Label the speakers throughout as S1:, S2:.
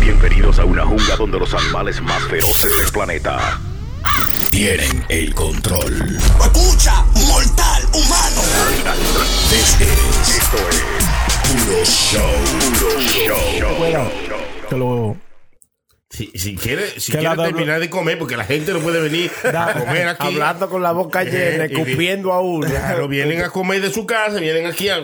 S1: Bienvenidos a una jungla donde los animales más feroces del planeta tienen el control.
S2: ¡Escucha! ¡Mortal humano!
S1: Este es, esto es Puro Show. Puro Show.
S3: Bueno, que lo.
S4: Si, si quiere, si
S3: Que
S4: quiere
S3: la-
S4: terminar de comer, porque la gente no puede venir a comer aquí.
S3: Hablando con la boca llena,
S4: Eh, y vi-
S3: escupiendo a uno.
S4: Claro, vienen a comer de su casa, vienen aquí a...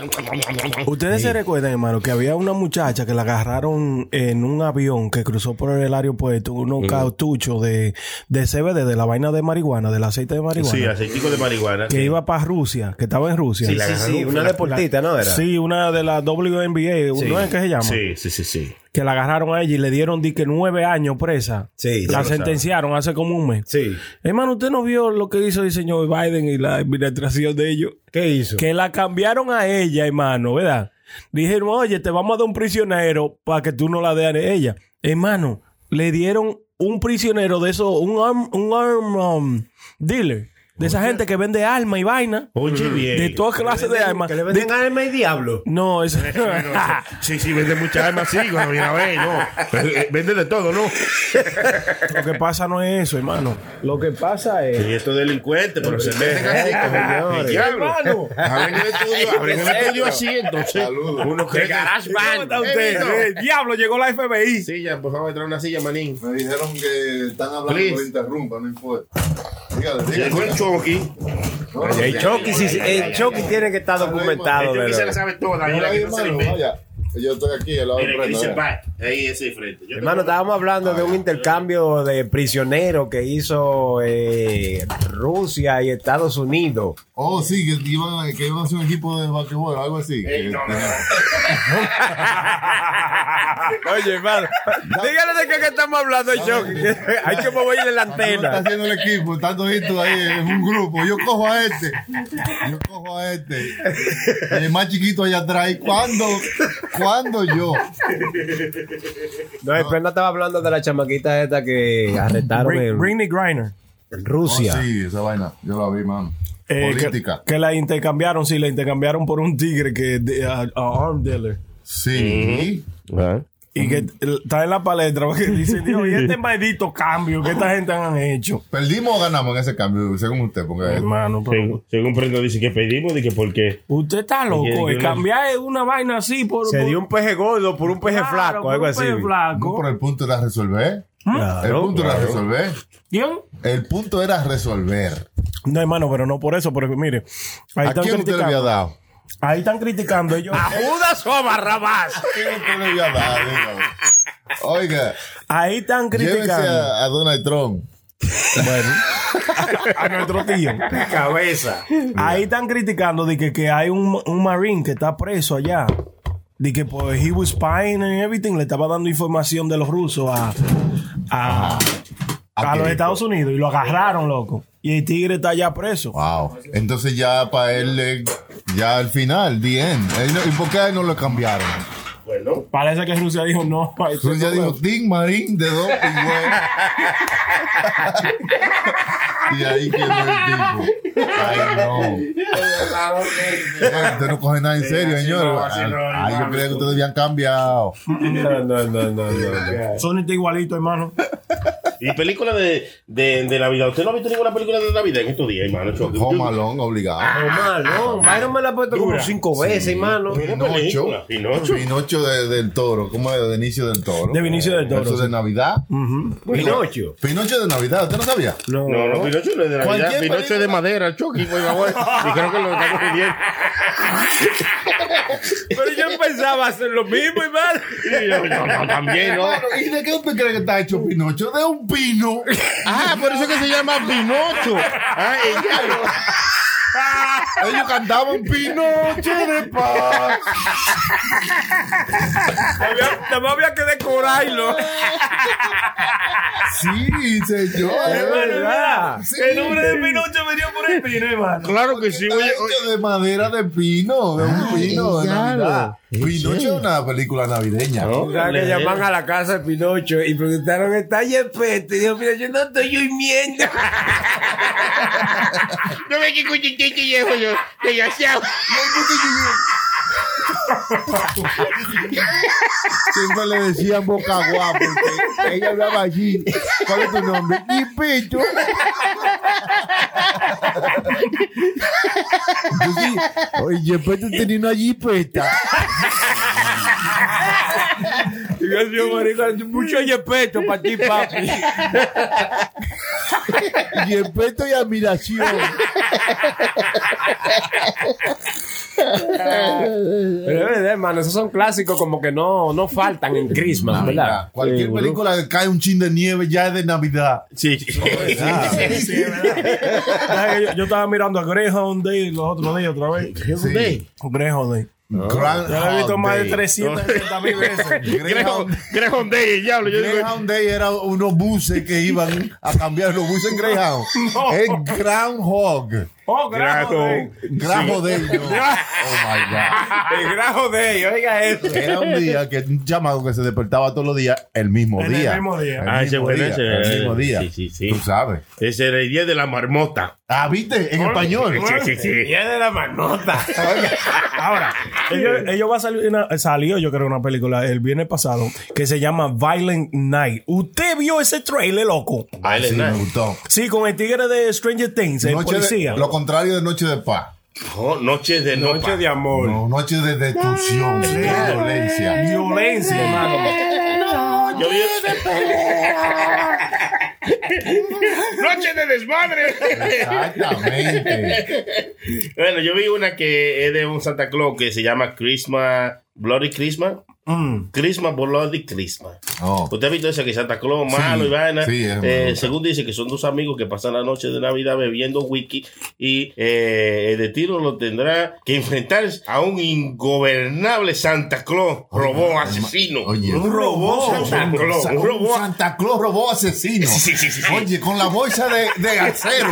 S5: Ustedes se recuerdan, hermano, que había una muchacha que la agarraron en un avión que cruzó por el aeropuerto unos cartuchos de, de CBD, de la vaina de marihuana, del aceite de marihuana,
S4: Sí, aceitico de marihuana.
S5: que iba para Rusia, que estaba en Rusia.
S4: Sí,
S5: Sí,
S4: la
S3: Sí, sí,
S4: agarraron.
S3: una deportista, ¿no? Era?
S5: una de las WNBA, ¿no es que se llama?
S4: Sí, sí, sí, sí.
S5: Que la agarraron a ella y le dieron dique nueve años presa.
S3: Sí, ya
S5: La
S3: lo sabe.
S5: sentenciaron hace como un mes.
S3: Sí.
S5: Hermano, ¿usted no vio lo que hizo el señor Biden y la administración de ellos?
S3: ¿Qué hizo?
S5: Que la cambiaron a ella, hermano, ¿verdad? Dijeron, oye, te vamos a dar un prisionero para que tú no la des a ella. Hermano, le dieron un prisionero de eso, un arm, un arm um, dealer, de esa gente que vende armas y vaina,
S4: Oye, bien.
S5: de todas clases de armas.
S3: Que le
S5: De-
S3: venden alma y diablo.
S5: No, eso
S4: Sí, sí, vende muchas armas, sí, cuando viene a ver, no. Eh, Vende de todo, ¿no?
S5: lo que pasa no es eso, hermano. Lo que pasa es...
S4: Y estos delincuentes, pero se meten así como
S3: señores.
S4: el diablo. Abren el estudio, abren el estudio así, entonces. Uno cree que...
S3: GarageBand.
S4: Eh, Vito.
S5: diablo, llegó la FBI.
S4: Silla, por favor, trae una silla, manín.
S6: Me dijeron que están hablando
S4: Please.
S6: por interrumpa, no importa. Dígale,
S4: Llegó el
S6: dígale.
S4: show aquí.
S6: No, no,
S3: El
S6: no,
S3: Chucky,
S6: no,
S3: sí,
S6: no,
S3: sí,
S6: no,
S3: el
S6: no,
S3: Chucky
S6: no,
S3: tiene que estar documentado.
S4: Este que se
S3: ¿verdad?
S4: la sabe toda.
S6: no,
S4: yo la que no se la
S6: hermano,
S4: inventa.
S6: vaya. Yo estoy aquí, el lado del
S4: Mira, que
S6: frente,
S4: dice
S6: vaya.
S4: back. Ahí ese frente. Yo
S3: Hermano, estábamos hablando de un intercambio de prisioneros que hizo eh, Rusia y Estados Unidos.
S6: Oh, sí, que iban, que iban a hacer un equipo de basquetbol, algo así.
S4: Ey,
S6: Que-
S4: no, no, no.
S3: Ah, Oye, hermano, dígale de qué que estamos hablando, Chucky. Hay que moverle la
S6: No está
S3: antena.
S6: haciendo el equipo, están toditos ahí en un grupo. Yo cojo a este, yo cojo a este. El más chiquito allá atrás. ¿Y cuándo? ¿Cuándo yo?
S3: No, el Prenda estaba hablando de la chamaquita esta que arrestaron en,
S5: Britney Griner.
S3: en
S6: Oh,
S3: Rusia.
S6: sí, esa vaina. Yo la vi, mano.
S5: Eh,
S6: Política.
S5: Que, que la intercambiaron, sí, la intercambiaron por un tigre que de, a- a arm dealer.
S6: Sí.
S5: Y que eh, está en la palestra porque dice, Dios, y este maldito cambio que esta gente han hecho.
S6: ¿Perdimos o ganamos en ese cambio, según usted? Porque
S5: Hermano, pero
S4: Según, según Prendo dice que pedimos, dije, ¿por qué?
S5: usted está loco.
S4: Oye,
S5: eh,
S4: yo-
S5: cambiar una vaina así por.
S3: Se
S5: por-
S3: dio un peje gordo por un peje
S5: Claro,
S3: flaco,
S5: por
S3: algo
S5: un
S3: así.
S5: pez
S6: no
S5: flaco.
S6: por el punto era resolver.
S5: Ah.
S6: El
S3: Claro,
S6: punto
S3: claro.
S6: era resolver.
S5: ¿Bien?
S6: El punto era resolver.
S5: No, hermano, pero no por eso, porque mire, ahí
S6: ¿A
S5: están
S6: quién usted le había
S5: criticando.
S6: dado?
S5: Ahí están criticando ellos.
S3: ¿A Judas o a Barrabás?
S6: ¿A quién usted le había dado? dígame? Oiga,
S5: Ahí están
S6: llévese
S5: criticando
S6: a, a Donald Trump.
S5: a nuestro tío.
S3: De cabeza.
S5: Ahí están criticando de que, que hay un, un marine que está preso allá. De que pues he was spying and everything. Le estaba dando información de los rusos a, a, a
S6: ¿A
S5: los
S6: qué?
S5: Estados Unidos. Y lo agarraron, loco. Y el tigre está allá preso.
S6: Wow. Entonces ya para él, eh, ya al final, the end. Él no- ¿Y por qué a él no lo cambiaron?
S4: Bueno,
S5: Parece que Rusia dijo no. pa-
S6: Entonces ya dijo, Tim Marín de doping, güey. y ahí quedó el tipo. Ay, no. Bueno, Usted no coge nada en serio,
S4: así
S6: señor.
S4: no, así no,
S6: Ay, yo
S4: hermano.
S6: creía que ustedes habían cambiado.
S3: No, no, no, no, no.
S5: Sony está igualito, hermano.
S4: y película de, de, de Navidad. ¿Usted no ha visto ninguna película de Navidad en estos días, hermano? Chucky?
S6: Home Alone,
S4: Ah,
S6: obligado.
S3: Normal, no. Byron me la ha puesto como
S4: Dura.
S3: cinco veces, hermano.
S4: ¿Qué película?
S6: Pinocho.
S4: Pinocho.
S6: Pinocho de- del Toro. ¿Cómo es? De Benicio del Toro.
S5: De Benicio del Toro,
S6: Verso de Navidad.
S3: Pinocho.
S6: Pinocho de Navidad, ¿usted no sabía?
S4: No, no, Pinocho no es de Navidad.
S6: Cualquier
S4: Pinocho es de
S6: película.
S4: madera, Chucky, pues, por favor. Y creo que lo estamos pidiendo.
S3: Pero yo pensaba hacer lo mismo, hermano.
S4: Y yo, no, no, también, ¿no?
S6: Hermano, ¿Y de qué usted cree que está hecho Pinocho? De un pino.
S4: Ah, por eso que se llama Pinocho. Ah, el diablo.
S6: Ellos cantaban Pinocho de paz.
S3: Había- Nada más había que decorarlo.
S6: Sí,
S3: Es
S6: señor.
S3: verdad.
S6: Sí.
S5: El nombre de Pinocho venía por el pino, hermano.
S4: Claro que sí,
S6: Está
S4: oye. oye.
S6: hecho de madera de pino, de
S4: Ah,
S6: un pino de
S4: claro.
S6: Navidad. Pinocho es una película navideña.
S3: O sea, que llaman a la casa de Pinocho y preguntaron, ¿está Yepeto? Y dijo, Pinocho, no estoy durmiendo.
S4: No me que cuchichichi, viejo, yo. Desgraciado.
S6: Ay, ¿por qué yo- Siempre le decían boca guapa porque ella hablaba allí. ¿Cuál es tu nombre? Y pecho. Entonces, Oye, Pecho tenía una jipeta.
S5: Yo soy marico, mucho yepeto para ti, papi.
S6: Yepeto y admiración.
S3: Pero es verdad, hermano, esos son clásicos como que no, no faltan en Christmas, ¿verdad?
S6: Cualquier
S3: Sí, bro.
S6: película que cae un chin de nieve ya es de Navidad.
S4: Sí, sí.
S5: yo, yo estaba mirando a Greyhound Day los otros días otra vez.
S6: Sí.
S5: Greyhound Day.
S6: Grand
S5: Ya lo he visto más de
S6: Day.
S5: 360 mil veces.
S6: Greyhound,
S4: Greyhound Day, el diablo. Yo digo,
S6: Greyhound Day era unos buses que iban a cambiar los buses en Greyhound. Es Groundhog.
S5: Oh,
S3: eh.
S4: Greyhound.
S5: Greyhound Day.
S6: Grajo Day. yo. Oh my God.
S3: El grajo de ellos, oiga eso.
S6: Era un día que un chamaco que se despertaba todos los días el mismo
S5: En el
S6: día.
S5: mismo día.
S6: El
S4: Ah, ese
S6: mismo
S4: bueno,
S6: día,
S4: ese-
S6: El mismo día.
S4: sí, sí, sí.
S6: Tú sabes.
S4: Ese era el día de la marmota.
S6: Ah, viste, en español.
S3: Ah,
S4: Sí, sí, sí.
S3: Y es de la manota.
S5: Ahora, ellos, ellos va a salir una- salió, yo creo, una película el viernes pasado que se llama Violent Night. ¿Usted vio ese trailer, loco?
S4: Vale,
S6: Sí, me
S4: nada.
S6: gustó.
S5: Sí, con el tigre de Stranger Things, el
S6: Noche de-
S5: policía.
S6: lo contrario de Noche de Paz.
S4: No, Noches de noche
S3: Noche de amor.
S6: No, noche de destrucción, de violencia.
S5: Violencia, hermano.
S4: Yo vi- Noche de desmadre.
S6: Exactamente.
S4: bueno, yo vi una que es de un Santa Claus que se llama Christmas, Bloody Christmas.
S5: Mm.
S4: Christmas, Bloody Christmas.
S6: No.
S4: Usted ha visto esa que Santa Claus, malo
S6: Oh. Sí,
S4: y vaina.
S6: sí, es
S4: Eh,
S6: malo.
S4: según dice que son dos amigos que pasan la noche de Navidad bebiendo whisky y eh, de tiro lo tendrá que enfrentar a un ingobernable Santa Claus, robó asesino.
S6: Oye,
S4: un robó Santa Claus, un robó.
S6: Santa Claus robó asesino.
S4: Sí, sí, sí, sí, sí.
S6: Oye, con la bolsa de, de acero.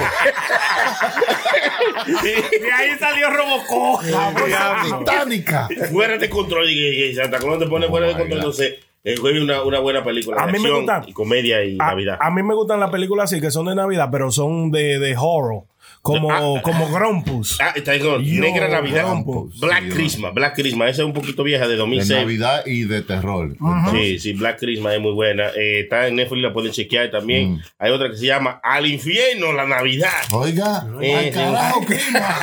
S4: De ahí salió Robocop.
S6: La bolsa británica.
S4: fuera de control. Y, y- y Santa Claus te pone fuera de control. Entonces, el jueves una, una buena película.
S5: A
S4: de
S5: mí me
S4: acción
S5: gusta. Ah,
S4: Y comedia y
S5: A,
S4: Navidad.
S5: a mí me gustan las películas así que son de Navidad, pero son de, de horror. Como, como Grumpus.
S4: Ah, está ahí con
S5: Yo,
S4: Negra Navidad.
S5: Grampus.
S4: Black
S6: Sí,
S4: Christmas. Black Christmas. Esa es un poquito vieja de
S6: De
S4: 2006.
S6: Navidad y de terror.
S4: Sí, sí, Black Christmas es muy buena. Eh, está en Netflix, la pueden chequear también.
S6: Mm.
S4: Hay otra que se llama Al infierno la Navidad.
S6: Oiga,
S4: Eh,
S6: al carajo, clima.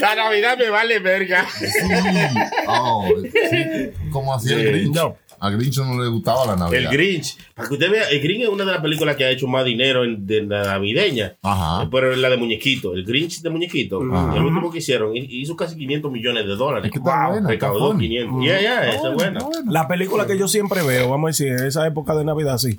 S4: La Navidad me vale verga.
S6: Sí. Oh, sí. Como hacía el Grinch.
S5: No.
S6: A Grinch no le gustaba la
S4: Eh, El
S6: Navidad.
S4: Grinch. Para que usted vea, el Grinch es una de las películas que ha hecho más dinero en- de la navideña.
S6: Ajá.
S4: Eh, Pero es la de muñequito. El Grinch de muñequito.
S6: Ajá.
S4: El último que hicieron. hi- Hizo casi 500 millones de dólares.
S6: Es que está buena, Mm. está
S4: Recaudó
S6: funny.
S4: 500. Ya, ya, esa es buena.
S5: La película que yo siempre veo, vamos a decir, en esa época de Navidad, sí,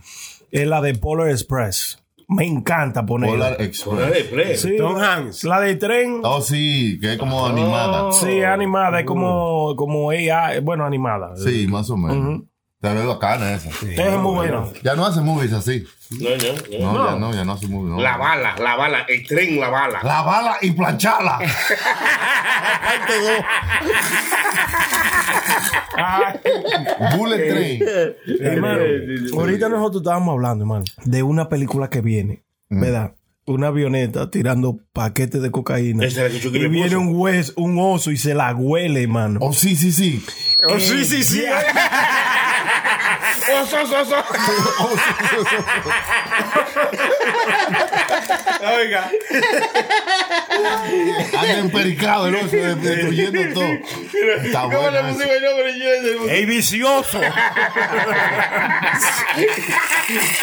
S5: es la de Polar Express. Me encanta ponerla.
S6: Polar Express.
S4: Dale, play.
S5: Sí,
S3: Tom Hanks.
S5: La de tren.
S6: Oh, sí, que es como animada.
S4: Oh,
S5: Sí, animada, es como, como AI, bueno, animada.
S6: Sí, más o menos. Te veo bacana esa.
S5: Es muy buena.
S6: Ya no hace movies así.
S4: No, no,
S6: No,
S4: no.
S6: ya no, Ah, ya no hace movies. no.
S4: La bala, la bala. El tren, la bala.
S6: La bala y planchala. Bullet Train.
S5: Ah, Hermano, ahorita nosotros estábamos hablando, hermano, de una película que viene, ¿verdad? Una avioneta tirando paquetes de cocaína.
S4: Esa es la que yo
S5: y
S4: quería
S5: viene
S4: puso.
S5: un, hues- un oso y se la huele, hermano.
S6: Oh, sí, sí, sí.
S3: Oh, sí, sí, sí.
S4: Oh, so, so, so.
S3: Oiga.
S6: Anda empericado el oso, de- destruyendo todo. Está
S4: ¿Cómo le
S6: bueno.
S4: pusimos el nombre? Yo-
S5: ¡Ey, vicioso!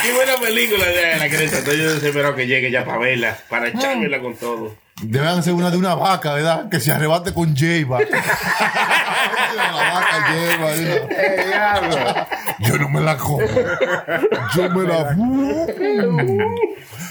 S4: Qué buena película de la cresta. Estoy yo desesperado que llegue ya para verla, para echármela con todo.
S6: Deben ser una de una vaca, ¿verdad? Que se arrebate con Jeva. la vaca Jeva. ¿verdad? Yo no me la como. Yo me la.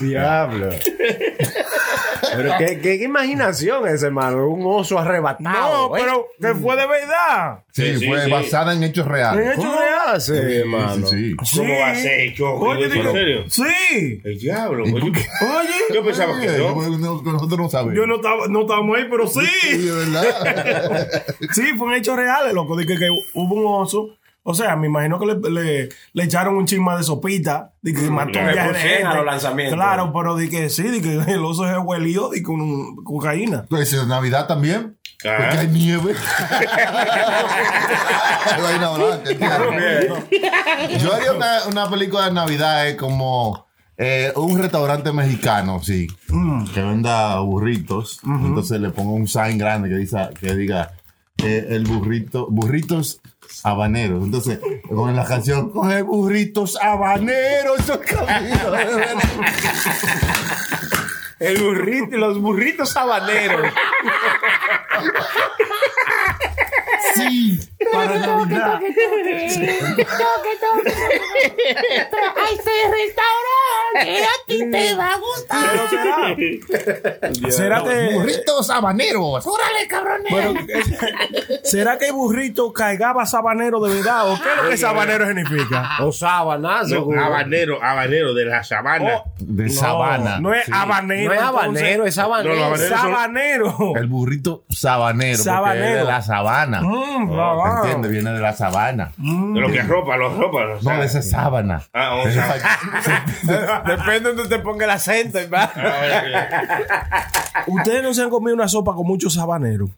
S3: Diablo. Pero qué, qué, qué imaginación ese, hermano. Un oso arrebatado.
S5: No,
S3: ¿eh?
S5: pero que fue de verdad.
S6: Sí,
S4: Sí, sí,
S6: fue
S4: sí.
S6: basada en hechos reales.
S5: ¿Qué
S3: ¿Cómo le hace,
S6: Sí,
S3: hermano?
S6: sí, sí.
S5: Sí.
S4: ¿Cómo va a ser, Choco?
S5: Oye,
S4: ¿En
S5: digo,
S4: serio?
S5: Sí.
S4: El diablo.
S6: ¿Y por
S4: Oye,
S6: qué?
S5: Oye,
S4: yo pensaba que no.
S6: Oye, no, no, Eh, Nosotros no sabemos.
S5: yo no estaba, no estábamos ahí, pero
S6: Sí,
S5: sí.
S6: de verdad.
S5: Sí, fue un hecho real, loco. Dije que hubo un oso. O sea, me imagino que le, le, le echaron un chisma de sopita. De que mató un viaje de
S3: pusieron a
S5: gente.
S3: los lanzamientos.
S5: Claro, pero de que sí, de que el oso se huelió de con un- cocaína.
S6: Pues en Navidad también.
S4: Ah.
S6: Porque hay nieve. Hay vaina blanca, ¿entiendes? Yo haría una, una película de Navidad eh, como eh, un restaurante mexicano, sí. Que venda burritos. Entonces le pongo un sign grande que, dice, que diga eh, el burrito, burritos habaneros. Entonces, con la canción, coge burritos habaneros. esos caminos de Belén".
S3: El burrito, los burritos habaneros.
S6: Sí.
S5: Para Navidad. Pero será. será que.
S6: Burritos habaneros.
S5: bueno, ¿Será que el burrito caigaba sabanero de verdad? ¿O qué es lo que sabanero significa?
S3: O sabanazo.
S4: No,
S3: güey.
S4: habanero, habanero de la sabana.
S6: De sabana.
S5: No es
S6: Oh, Sí.
S5: habanero.
S3: No es
S5: entonces.
S3: habanero, es habanero.
S4: No, los habaneros son-
S5: Sabanero.
S6: El burrito sabanero,
S5: Sabanero.
S6: porque es de la sabana.
S5: Mm,
S6: Oh, ¿te
S5: sabana.
S6: ¿Entiendes? Viene de la sabana.
S4: De lo que ropa, los ropa. los
S6: Mm. No,
S4: sabana.
S6: de esa sábana.
S4: Ah, o sea.
S3: Depende donde te ponga el acento, hermano.
S5: Ustedes no se han comido una sopa con muchos habaneros.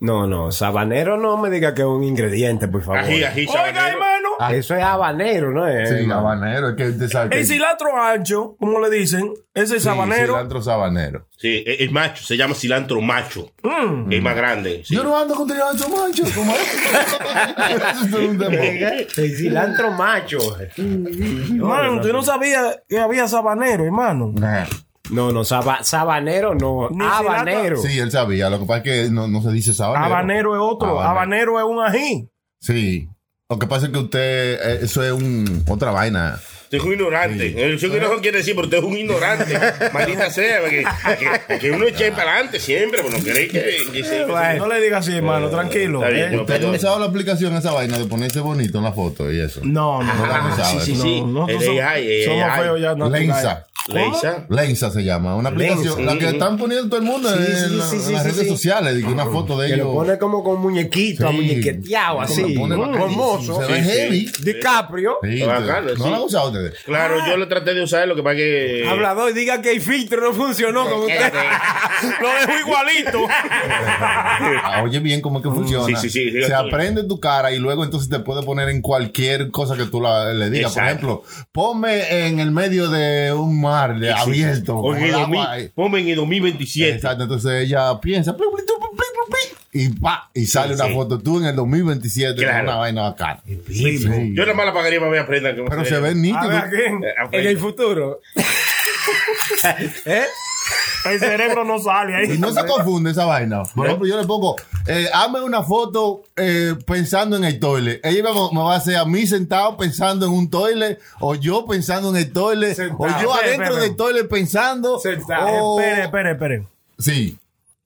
S3: No, no, sabanero no me diga que es un ingrediente, por favor.
S4: Ají, ají, sabanero.
S5: hermano.
S6: Ah,
S3: Eso es habanero, ¿no Eh, es?
S6: sí, habanero. Es que usted sabe que
S5: El cilantro ancho, como le dicen, ese es
S6: Sí,
S5: sabanero.
S6: cilantro sabanero.
S4: Sí, es es macho, se llama cilantro macho.
S5: Mm,
S4: que Es más grande. sí.
S6: Mm. Yo no ando con cilantro mancho. ¿Cómo es? Eso es un demonio.
S3: El cilantro macho. eh.
S5: Hermano, usted no sabía que había sabanero, hermano.
S6: Ajá.
S3: No, no, saba- sabanero no,
S5: Ni
S3: habanero.
S6: Sí, él sabía. Lo que pasa es que no, no se dice sabanero.
S5: Habanero es otro,
S6: Habanero.
S5: habanero es un ají.
S6: Sí. Lo que pasa es que usted, eh, eso es un, otra vaina.
S4: Usted es un ignorante. Yo que no lo quiere decir, pero usted es un ignorante. Maldita sea, porque, que, que uno eche para adelante siempre, pero no queréis que, que se.
S5: No le digas así, hermano, tranquilo.
S4: Está
S5: ¿eh?
S4: bien,
S6: ¿Usted
S4: pero-
S6: no usaba la aplicación esa vaina de ponerse bonito en la foto y eso?
S5: No, no,
S6: No
S5: no.
S6: la usaba.
S4: Ah, sí, sí.
S5: No, nosotros
S4: El
S5: somos-
S4: AI, el
S5: somos
S4: AI.
S5: feos ya. no,
S6: Lensa.
S4: Leisa.
S6: Lensa se llama, una aplicación,
S4: Lensa.
S6: la que están poniendo todo el mundo
S3: Sí,
S6: en,
S3: sí,
S6: la-
S3: sí,
S6: en
S3: sí,
S6: las
S3: sí,
S6: redes
S3: sí.
S6: sociales, de que una foto de
S3: Ah, Que lo
S6: ellos.
S3: pone como con muñequito,
S6: Sí.
S3: muñequeteado,
S6: Como
S3: así.
S6: lo pone
S3: Mm,
S6: bacanísimo,
S3: Hermoso.
S6: Se ve
S4: Sí, sí.
S6: heavy.
S3: DiCaprio.
S6: Sí,
S4: Bacano,
S6: no
S4: sí.
S6: la han usado ustedes.
S4: Claro, yo lo traté de usar, lo que pasa que.
S3: Hablador, diga que el filtro no funcionó con usted.
S5: Lo dejo igualito.
S6: Ah, Oye bien cómo es que funciona.
S4: Mm, sí, sí, sí,
S6: Se
S4: sí.
S6: aprende tu cara y luego entonces te puede poner en cualquier cosa que tú la- le digas. Por
S4: Exacto.
S6: ejemplo, ponme en el medio de un mar de- abierto.
S4: O
S6: con
S4: en
S6: el
S4: el
S6: agua
S4: 2000,
S6: ahí.
S4: ponme en el 2027.
S6: Exacto, entonces ella piensa pli, pli, pli, pli, pli, y pa, y sale
S4: Sí,
S6: una
S4: sí.
S6: foto tú en el 2027 con
S4: Claro.
S6: una vaina bacana. Sí.
S4: Yo nada más la pagaría para ver aprenda. que-
S6: Pero se ve nítido.
S5: A ver, ¿a quién?
S4: Eh, aprenda.
S3: En el futuro. ¿Eh?
S5: El cerebro no sale
S6: Y
S5: ahí.
S6: no se confunde esa vaina. Por ejemplo, yo le pongo, eh, hazme una foto eh, pensando en el toile. Ella me, me va a hacer a mí sentado pensando en un toile, o yo pensando en el toile, o
S5: Sentado.
S6: yo
S5: Espere,
S6: adentro
S5: espere.
S6: del toile pensando.
S3: Sentado.
S6: o-
S5: Oh. Espere, espere, espere.
S6: Sí,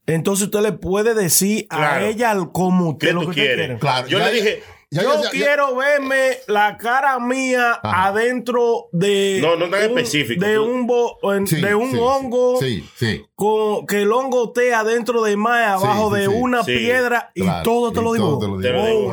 S5: Entonces usted le puede decir
S4: Claro.
S5: a ella como usted
S4: ¿Qué
S5: lo
S4: tú
S5: que usted
S4: quieres?
S5: quiere.
S6: claro.
S4: Yo le dije,
S6: ya-
S5: yo
S6: ya- ya-
S5: quiero verme la cara mía
S6: Ajá.
S5: adentro de
S4: No, no tan
S5: un-
S4: específico.
S5: de
S4: Tú-
S5: un bo- en-
S6: sí,
S5: de un
S6: sí, sí,
S5: hongo
S6: Sí, sí.
S5: con que el hongo esté adentro de más abajo
S6: sí,
S5: de
S6: sí.
S5: una
S4: Sí,
S5: piedra y
S6: claro.
S5: todo te lo
S6: Y
S5: digo.
S6: todo
S4: Te lo digo,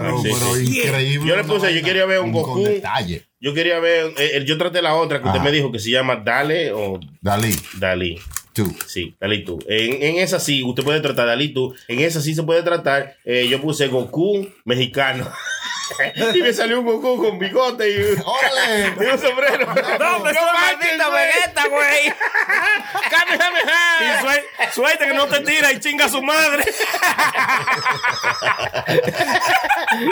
S6: Pero-
S4: sí,
S6: Oh, pero
S4: sí.
S6: increíble.
S4: Yo le
S6: una
S4: puse, yo
S6: vaina
S4: quería ver un
S6: Con
S4: Goku.
S6: detalle.
S4: Yo quería ver, eh, eh, yo traté la otra que usted
S6: Ajá.
S4: me dijo que se llama Dale o
S6: Dalí,
S4: Dalí.
S6: tú.
S4: Sí, Dalí tú. En, en esa sí, usted puede tratar Dalí tú. En esa sí se puede tratar. Eh, yo puse Goku mexicano. y me salió un Goku con bigote y, un-
S6: ¡Órale!
S4: y un sombrero.
S5: ¡Hombre, soy maldita Vegeta, güey! ah. Y suel- suelta que no te tira y chinga a su madre.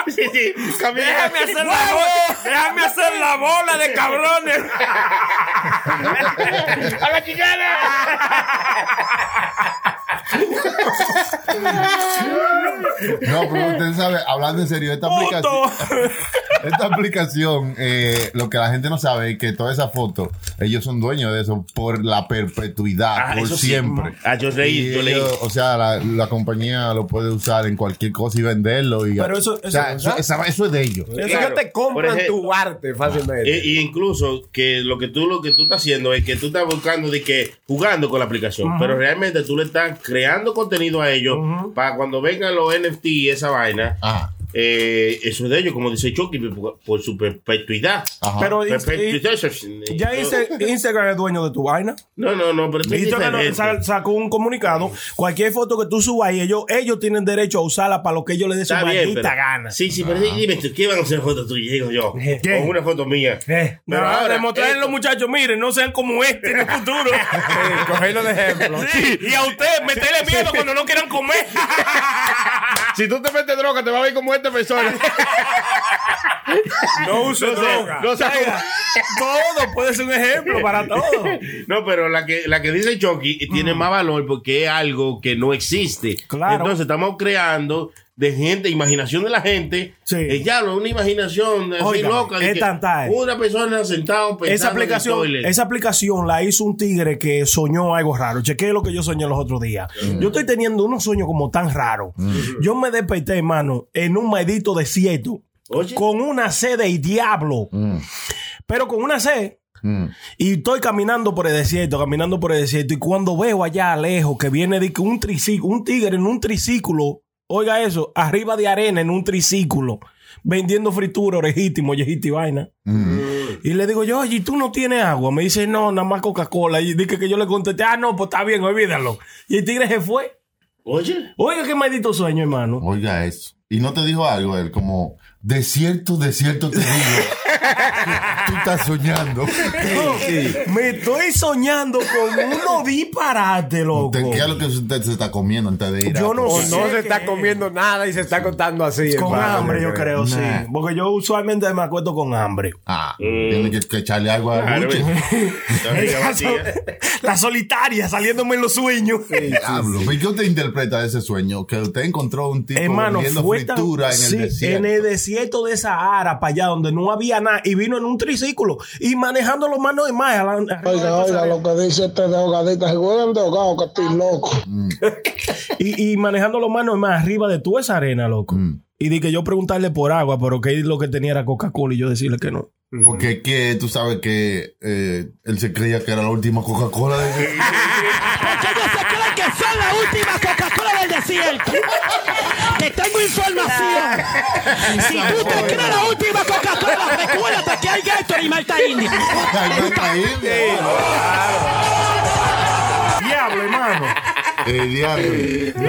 S4: sí, sí, camina.
S5: Déjame hacer la bola, déjame hacer la bola de cabrones.
S4: ¡A la chicana!
S6: No, pero usted sabe, hablando en serio, esta aplicación,
S5: Puto.
S6: esta aplicación eh, lo que la gente no sabe es que toda esa foto, ellos son dueños de eso por la perpetuidad,
S4: Ah,
S6: por
S4: eso sí.
S6: siempre.
S4: Ah, yo leí,
S6: Y
S4: yo leí.
S6: ellos, O sea, la, la compañía lo puede usar en cualquier cosa y venderlo. Y,
S5: Pero eso-
S6: o sea,
S5: eso-
S6: eso, esa- eso es de ellos.
S3: Eso
S4: Claro.
S3: que te compran
S4: Por ejemplo-
S3: tu arte fácilmente.
S4: E- y incluso que lo que tú lo que tú estás haciendo es que tú estás buscando de que jugando con la aplicación, pero realmente tú le estás creando contenido a ellos para cuando vengan los NFT y esa vaina,
S6: Ajá.
S4: eh, eh, eso es de ellos, como dice Chucky, por, por su perpetuidad.
S6: Ajá.
S5: Pero
S4: Perpetuidad,
S5: inst-
S4: eso
S5: y-
S4: es- eh,
S5: ya dice Instagram es dueño de tu vaina.
S4: No, no, no, pero esto es
S5: Instagram sa-
S4: diferente.
S5: sacó un comunicado. Cualquier foto que tú subas ahí, ellos, ellos tienen derecho a usarla para lo que ellos les dé su
S4: Está bien,
S5: maldita
S4: pero,
S5: gana.
S4: Sí, sí, pero dime, tú, ¿qué van a hacer fotos tuyas? Digo yo,
S5: ¿Qué?
S4: con una foto mía.
S5: Eh,
S4: Pero
S5: no,
S4: ahora,
S5: demostrarle a
S4: esto-
S5: los muchachos, miren, no sean como este en el futuro. cogerlo de ejemplo. y a ustedes meterle miedo cuando no quieran comer.
S7: Si tú te metes droga, te va a ver como esta persona.
S5: No uso
S7: No sé,
S5: droga.
S7: no sé cómo-
S5: Oiga, todo puede ser un ejemplo para todo.
S4: No, pero la que, la que dice Chucky tiene más valor porque es algo que no existe.
S5: Claro.
S4: Entonces estamos creando de gente, imaginación de la gente.
S5: Sí.
S4: Es ya lo- una imaginación así
S5: Óigame,
S4: loca. de
S5: es
S4: que
S5: tanta, eh.
S4: Una persona sentada pensando
S5: Esa
S4: en el
S5: aplicación,
S4: toilet.
S5: esa aplicación la hizo un tigre que soñó algo raro. Chequé lo que yo soñé los otros días. Yo estoy teniendo unos sueños como tan raros. Yo me desperté, hermano, en un maldito desierto.
S4: Oye. Mm.
S5: Con una sed y diablo. Pero con una sed.
S6: mm,
S5: Y estoy caminando por el desierto, caminando por el desierto. Y cuando veo allá a lejos que viene de que un, trici- un tigre en un triciclo, oiga eso, arriba de arena en un triciclo, vendiendo fritura, orejita y mollejita y vaina.
S6: Mm.
S5: Y le digo yo, oye, ¿y ¿tú no tienes agua? Me dice, no, nada más Coca-Cola. Y dije que yo le contesté, ah, no, pues está bien, olvídalo. Y el tigre se fue.
S4: Oye.
S5: Oiga, qué maldito sueño, hermano.
S6: Oiga eso. Y no te dijo algo él, como, desierto, desierto te digo. Tú estás soñando.
S5: Me estoy soñando con uno disparate, loco.
S6: Te- ¿Qué es lo que usted se está comiendo antes de ir? a-
S5: Yo no
S3: O
S5: sé
S3: no se
S5: qué
S3: está
S5: es.
S3: comiendo nada y se está contando así.
S5: Con
S3: hermano,
S5: hambre, yo creo, sí.
S6: Nah.
S5: Porque yo usualmente me acuerdo con hambre.
S6: Ah,
S5: Eh,
S6: tiene que, que echarle algo al
S4: Claro,
S6: buche.
S4: Está bien, vacía.
S6: eh.
S5: la solitaria saliéndome en los sueños.
S6: Diablo, ¿y qué usted interpreta de ese sueño? Que usted encontró un tipo
S5: Hermano,
S6: vendiendo
S5: fue tan-
S6: fritura en el
S5: sí,
S6: desierto.
S5: en el desierto de Sahara, para allá donde no había nada, y vino en un triciclo y manejando los manos de más.
S8: Oiga, oiga, lo que dice este drogadicto, seguro es un drogado que estoy loco.
S5: Ah.
S6: Mm.
S5: y, y manejando los manos más arriba de toda esa arena, loco.
S6: Mm.
S5: Y di que yo preguntarle por agua, pero que él lo que tenía era Coca-Cola y yo decirle que no.
S6: Porque es que tú sabes que eh, él se creía que era la última Coca-Cola. De...
S2: Ellos se creen que son la última Coca-Cola del desierto. Te tengo información. Si tú te crees la última Coca-Cola, recuérdate que hay Gator y Malta India.
S6: Ay, no, increíble.
S5: Diablo, hermano.
S6: El Eh, diablo.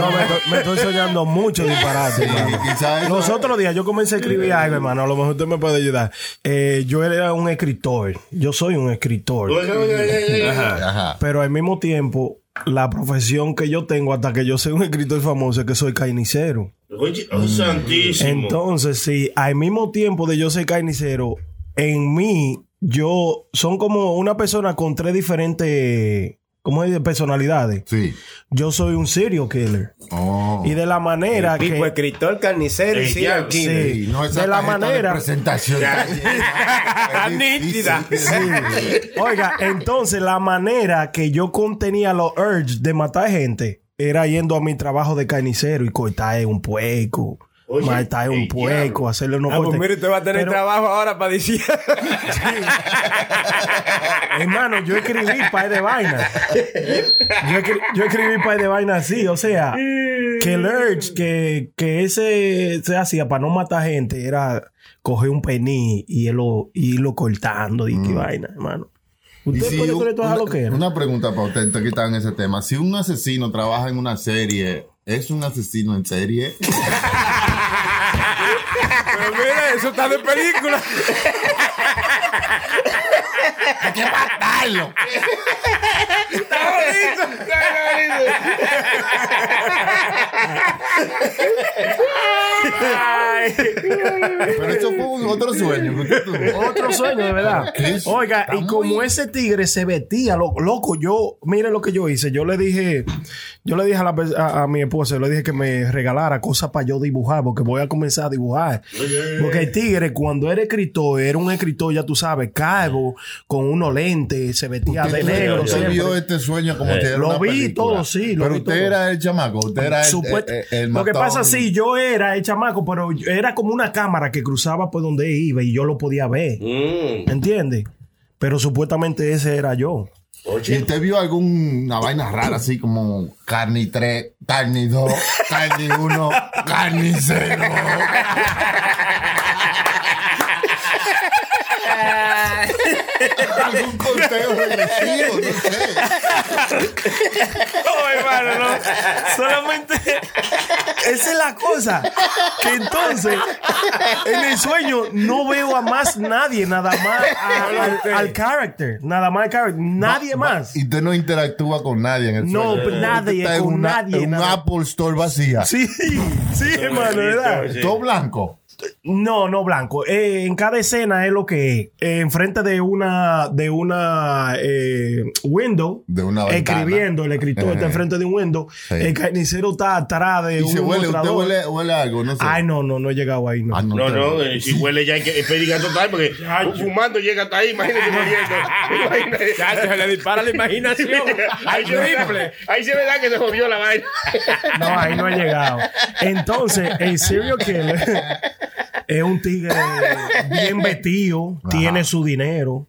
S5: No, me, to- me estoy soñando mucho disparate. hermano.
S6: Quizás eso-
S5: Los otros días yo comencé a escribir algo, hermano. A lo mejor usted me puede ayudar. Eh, yo era un escritor. Yo soy un escritor.
S4: Oye, oye, oye, oye.
S6: Ajá.
S5: Pero al mismo tiempo, la profesión que yo tengo hasta que yo sea un escritor famoso es que soy carnicero.
S4: Oye, oh, santísimo.
S5: Entonces, sí, al mismo tiempo de yo ser carnicero, en mí, yo son como una persona con tres diferentes, ¿cómo es? Personalidades.
S6: Sí.
S5: Yo soy un serial killer.
S6: Oh.
S5: Y de la manera que...
S3: Tipo escritor, carnicero y
S4: El
S3: serial
S4: diablo.
S3: killer.
S5: Sí.
S6: Y no esa
S5: de la
S6: tarjeta
S5: manera-
S6: presentación.
S5: Nítida.
S6: Sí.
S5: Oiga, entonces la manera que yo contenía los urges de matar gente era yendo a mi trabajo de carnicero y cortar un pueco.
S4: Oye,
S5: matar un
S4: el
S5: pueco,
S4: diablo.
S5: hacerle unos
S3: Ah, pues
S5: cortes.
S3: mire, usted va a tener
S5: Pero,
S3: trabajo ahora para decir.
S5: Hermano, yo escribí par de vainas. Yo, escri- yo escribí par de vainas así, o sea, que el urge que, que ese se hacía para no matar gente era coger un pení y irlo, irlo cortando y qué vaina, hermano.
S6: Mm. Y
S5: ¿Usted
S6: si
S5: puede
S6: un-
S5: creer toda
S6: una,
S5: lo que era?
S6: una pregunta para usted, te quitan ese tema. Si un asesino trabaja en una serie, ¿es un asesino en serie?
S3: Pero Pues mira, eso está de película.
S6: ¡Hay que matarlo! Pero eso fue un- otro sueño. que usted tuvo.
S5: Otro sueño, de verdad.
S6: ¿Qué es?
S5: Oiga,
S6: Está
S5: y como
S6: muy-
S5: ese tigre se vestía, lo- loco, yo, mire lo que yo hice. Yo le dije, yo le dije a, la pers- a- a mi esposa, yo le dije que me regalara cosas para yo dibujar, porque voy a comenzar a dibujar. Porque el tigre, cuando era escritor, era un escritor, ya tú sabes, calvo, con unos lentes, se vestía de
S6: Usted-
S5: negro.
S6: usted
S5: siempre. Eh,
S6: vio este sueño como si era
S5: Lo
S6: una
S5: vi
S6: película.
S5: todo, sí, lo
S6: Pero
S5: vi
S6: usted
S5: todo.
S6: era el chamaco, usted era el,
S5: Supuesto-
S6: el- el
S5: lo que
S6: matón.
S5: pasa, sí, yo era el chamaco, pero yo- era como una cámara que cruzaba por donde iba y yo lo podía ver.
S4: Mm.
S5: ¿Entiendes? Pero supuestamente ese era yo.
S6: ¿Y usted vio alguna vaina rara así como carne 3, carne 2, carne 1, carne 0? Algún conteo regresivo, no sé.
S5: No, hermano, no. Solamente. Esa es la cosa. Que entonces, en el sueño no veo a más nadie, nada más a- al, al character. Nada más al character. Nadie más.
S6: Y usted no interactúa con nadie en el
S5: No,
S6: sueño.
S5: pues,
S6: Usted
S5: nadie,
S6: está en
S5: con
S6: una-
S5: nadie,
S6: En un
S5: nada.
S6: Apple Store vacía.
S5: Sí, sí, hermano, ¿verdad?
S4: Sí.
S6: Todo blanco.
S5: No, no blanco. Eh, en cada escena es lo que es. Eh, enfrente de una, de una eh, window,
S6: De una ventana.
S5: escribiendo, el escritor está
S6: Ajá.
S5: enfrente de un window, el carnicero está atrás de
S6: Y
S5: un
S6: se huele, usted
S5: mostrador.
S6: huele, huele algo, no sé.
S5: Ay, no, no, no he llegado ahí, no.
S6: Ah,
S4: No,
S6: usted-
S4: no, eh, si huele ya hay que pedir total porque fumando llega hasta ahí, imagínate muriendo. Imagínate.
S7: Ya se le dispara la imaginación.
S4: Ahí
S7: Hay
S4: se ve-
S5: Ah,
S7: triple.
S4: ahí se verá que se jodió la vaina.
S5: No, ahí no he llegado. Entonces, el serial killer es un tigre bien vestido, tiene su dinero,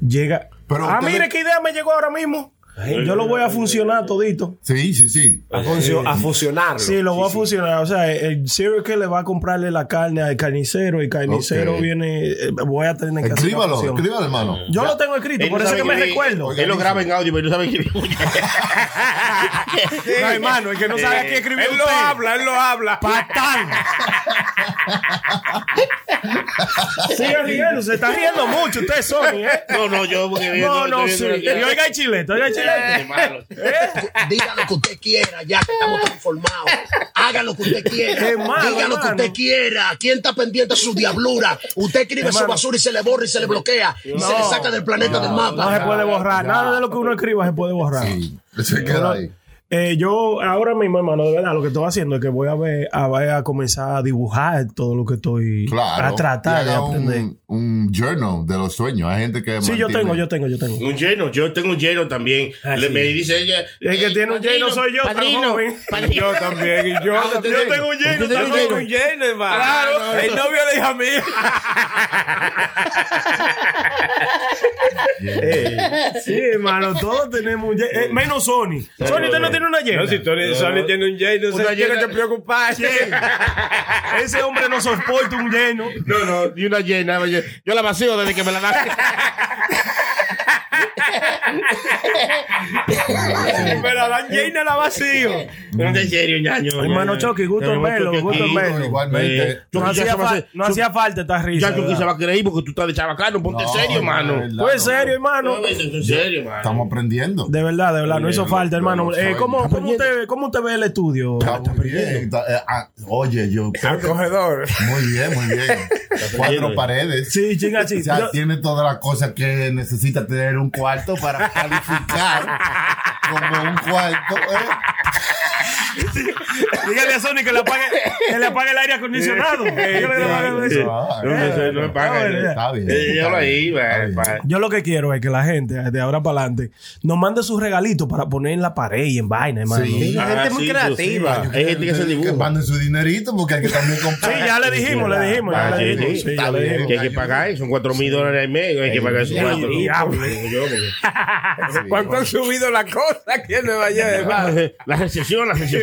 S5: llega...
S6: Pero
S5: ah,
S6: usted le-
S5: mire qué idea me llegó ahora mismo. Yo lo voy a funcionar todito.
S6: Sí, sí, sí.
S3: A, funcio- a fusionarlo.
S5: Sí, lo va a funcionar. O sea, el serial que le va a comprarle la carne al carnicero. El carnicero
S6: Ok.
S5: viene. eh, Voy a tener que hacer la
S6: Escríbalo,
S5: fusión.
S6: escríbalo, hermano.
S5: Yo lo tengo escrito,
S4: Él
S5: por
S4: no
S5: eso
S4: sabe
S5: que me
S4: escribir.
S5: recuerdo.
S4: Él lo graba en audio, pero no sabe escribir.
S5: No, hermano, el que no sabe aquí escribir.
S7: Él lo
S5: usted.
S7: habla, él lo habla.
S5: ¡Patán! Sigue riendo, se está riendo mucho. Usted, Sony, ¿eh?
S4: No, no, yo porque
S5: No, no, sí.
S4: estoy Eh,
S5: Y
S4: viendo-
S5: oiga el chilete, oiga el
S4: Qué
S5: chilete.
S4: malo.
S9: Diga lo que usted quiera, ya que estamos transformados. Haga lo que usted quiera.
S5: Es malo,
S9: Diga lo que
S5: hermano.
S9: usted quiera. ¿Quién está pendiente de su diablura? Usted escribe su
S5: Hermano.
S9: basura y se le borra y se le bloquea. Y se le saca del planeta del mapa.
S5: No se puede borrar. Nada de lo que uno escriba se puede borrar.
S6: Sí, se queda ahí.
S5: Eh, yo ahora mismo, hermano, de verdad, lo que estoy haciendo es que voy a ver, a, voy a comenzar a dibujar todo lo que estoy
S6: Claro.
S5: a tratar
S6: Y
S5: de
S6: haga
S5: aprender.
S6: Un, un journal de los sueños. Hay gente que.
S5: Sí, yo
S6: mantiene-
S5: tengo, yo tengo, yo tengo.
S4: Un lleno, yo tengo un lleno también.
S5: Ah,
S4: Le,
S5: sí.
S4: me dice ella.
S5: El que
S4: "Eh,
S5: tiene un lleno soy yo, tan
S4: padrino,
S5: joven".
S4: padrino.
S7: Yo también, y yo también.
S5: Ah, Yo tengo un Ah, lleno,
S7: Yo
S5: también.
S7: tengo un lleno, hermano. Claro. El novio de hija mía.
S5: Sí, hermano, todos tenemos un ye- eh, menos Sony. Sony, usted no tiene una llena.
S7: No, si Tony Sony tiene un lleno,
S4: Una
S7: se tiene
S4: llena-
S7: que preocuparse.
S5: Ese hombre no soporta un lleno.
S4: No, no, ni una llena. oye, Yo la vacío desde que me la da.
S5: Pero a la llena la vacío.
S4: No, en serio, ñaño.
S5: Hermano Chucky, gusto en verlo, gusto en verlo.
S6: Igualmente.
S4: Eh,
S5: No hacía, fa- no hacía falta esta risa.
S4: Ya Chucky se
S5: ¿verdad?
S4: va a creer porque tú estás de chabacano. Ponte
S6: No,
S4: serio,
S6: no,
S4: mano.
S6: es
S4: No,
S6: verdad,
S5: Pues
S6: no.
S5: serio, hermano.
S4: En serio, mano.
S6: Estamos aprendiendo.
S5: De verdad, de verdad, no hizo falta, hermano.
S6: no,
S5: Eh,
S6: no,
S5: ¿cómo,
S6: no,
S5: cómo usted, ¿Cómo usted ve el estudio?
S6: Está muy bien. Está- eh, ah, oye, yo.
S3: Acogedor.
S6: Muy bien, muy bien. Cuatro paredes.
S5: Sí, chinga,
S6: O
S5: chinga.
S6: sea, tiene todas las cosas que necesita tener un cuarto para calificar como un cuarto. ¿eh?
S5: Dígale a Sony que le apague, que le apague el aire acondicionado. Dígale que le apague el aire acondicionado.
S6: Ah,
S4: No, eso no me paga.
S5: bueno, ya.
S6: Está bien.
S4: Eh,
S6: está
S4: déjalo ahí,
S6: bien, está
S4: va,
S6: bien.
S4: va.
S5: Yo lo que quiero es que la gente de ahora para adelante nos mande sus regalitos para poner en la pared y en vaina, hermano.
S6: Sí.
S5: Sí,
S4: Ah,
S3: gente muy
S4: sí,
S3: creativa.
S4: sí, sí. Hay gente que se
S6: Que
S4: dibuja.
S6: manden su dinerito porque hay que también comprar.
S5: ya le dijimos, le dijimos, ya
S4: Ah,
S5: le
S4: sí,
S5: dijimos.
S4: sí,
S5: Sí,
S6: está
S5: ya le
S6: bien.
S5: dijimos.
S4: Que hay que pagar, son cuatro mil dólares al mes, hay que pagar esos
S5: Ey,
S4: cuatro.
S5: diablo.
S4: Como yo, porque-
S7: ¿Cuánto han subido las cosas aquí en Nueva York, hermano?
S4: La recesión, la recesión.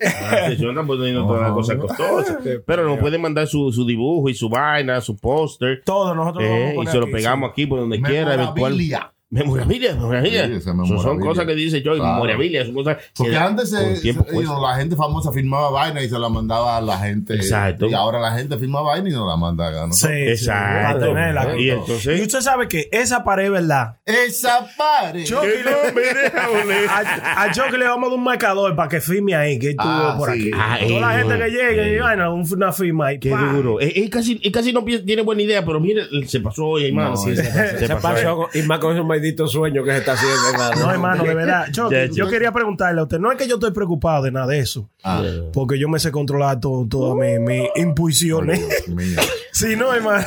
S4: La recesión está poniendo todas las cosas costosas.
S5: Este,
S4: Pero
S5: pues,
S4: nos pueden mandar su, su dibujo y su vaina, su póster.
S5: Todos nosotros lo
S4: eh,
S5: vamos a
S4: y
S5: poner
S4: se lo
S5: aquí,
S4: pegamos aquí por donde quiera. eventual-
S6: Memorabilia.
S4: Memorabilia, memorabilia.
S6: Sí, esa
S4: Son- Son
S6: memorabilia.
S4: cosas que dice yo, y
S6: Claro.
S4: memorabilia. Son cosas que
S6: Porque antes se-
S4: con tiempo
S6: se-
S4: cuesta.
S6: la gente famosa firmaba vaina y se la mandaba a la gente.
S4: Exacto.
S6: Y ahora la gente firma vaina y no la manda a
S5: Sí, sí,
S4: Exacto.
S5: para tenerla.
S4: Y
S5: Y
S4: entonces.
S5: usted sabe que esa pared, ¿verdad?
S6: Esa pared.
S5: Yo-
S4: Que no me deja volver.
S5: A, a Chucky le vamos a dar un marcador para que firme ahí, que estuvo
S6: Ah,
S5: por
S6: sí.
S5: aquí.
S4: Ah,
S5: Toda la
S4: eh,
S5: gente que
S4: eh.
S5: llegue, y vaina, un- una firma ahí.
S4: Qué
S5: pa.
S4: duro. Él, él casi, él casi no pi- tiene buena idea, pero mire, se pasó hoy, hermano.
S6: No,
S4: Sí,
S6: se
S4: se
S3: Se
S4: pasó.
S3: pasó con- y más con esos malditos sueños que se está haciendo. hermano.
S5: No, hermano, de verdad. Chucky,
S4: Ya,
S5: yo
S4: ya.
S5: quería preguntarle a usted. No es que yo estoy preocupado de nada de eso,
S6: Ah,
S5: porque yo me sé controlar todo- todas mis mis impulsiones.
S6: Dios mío.
S5: Sí, no, hermano.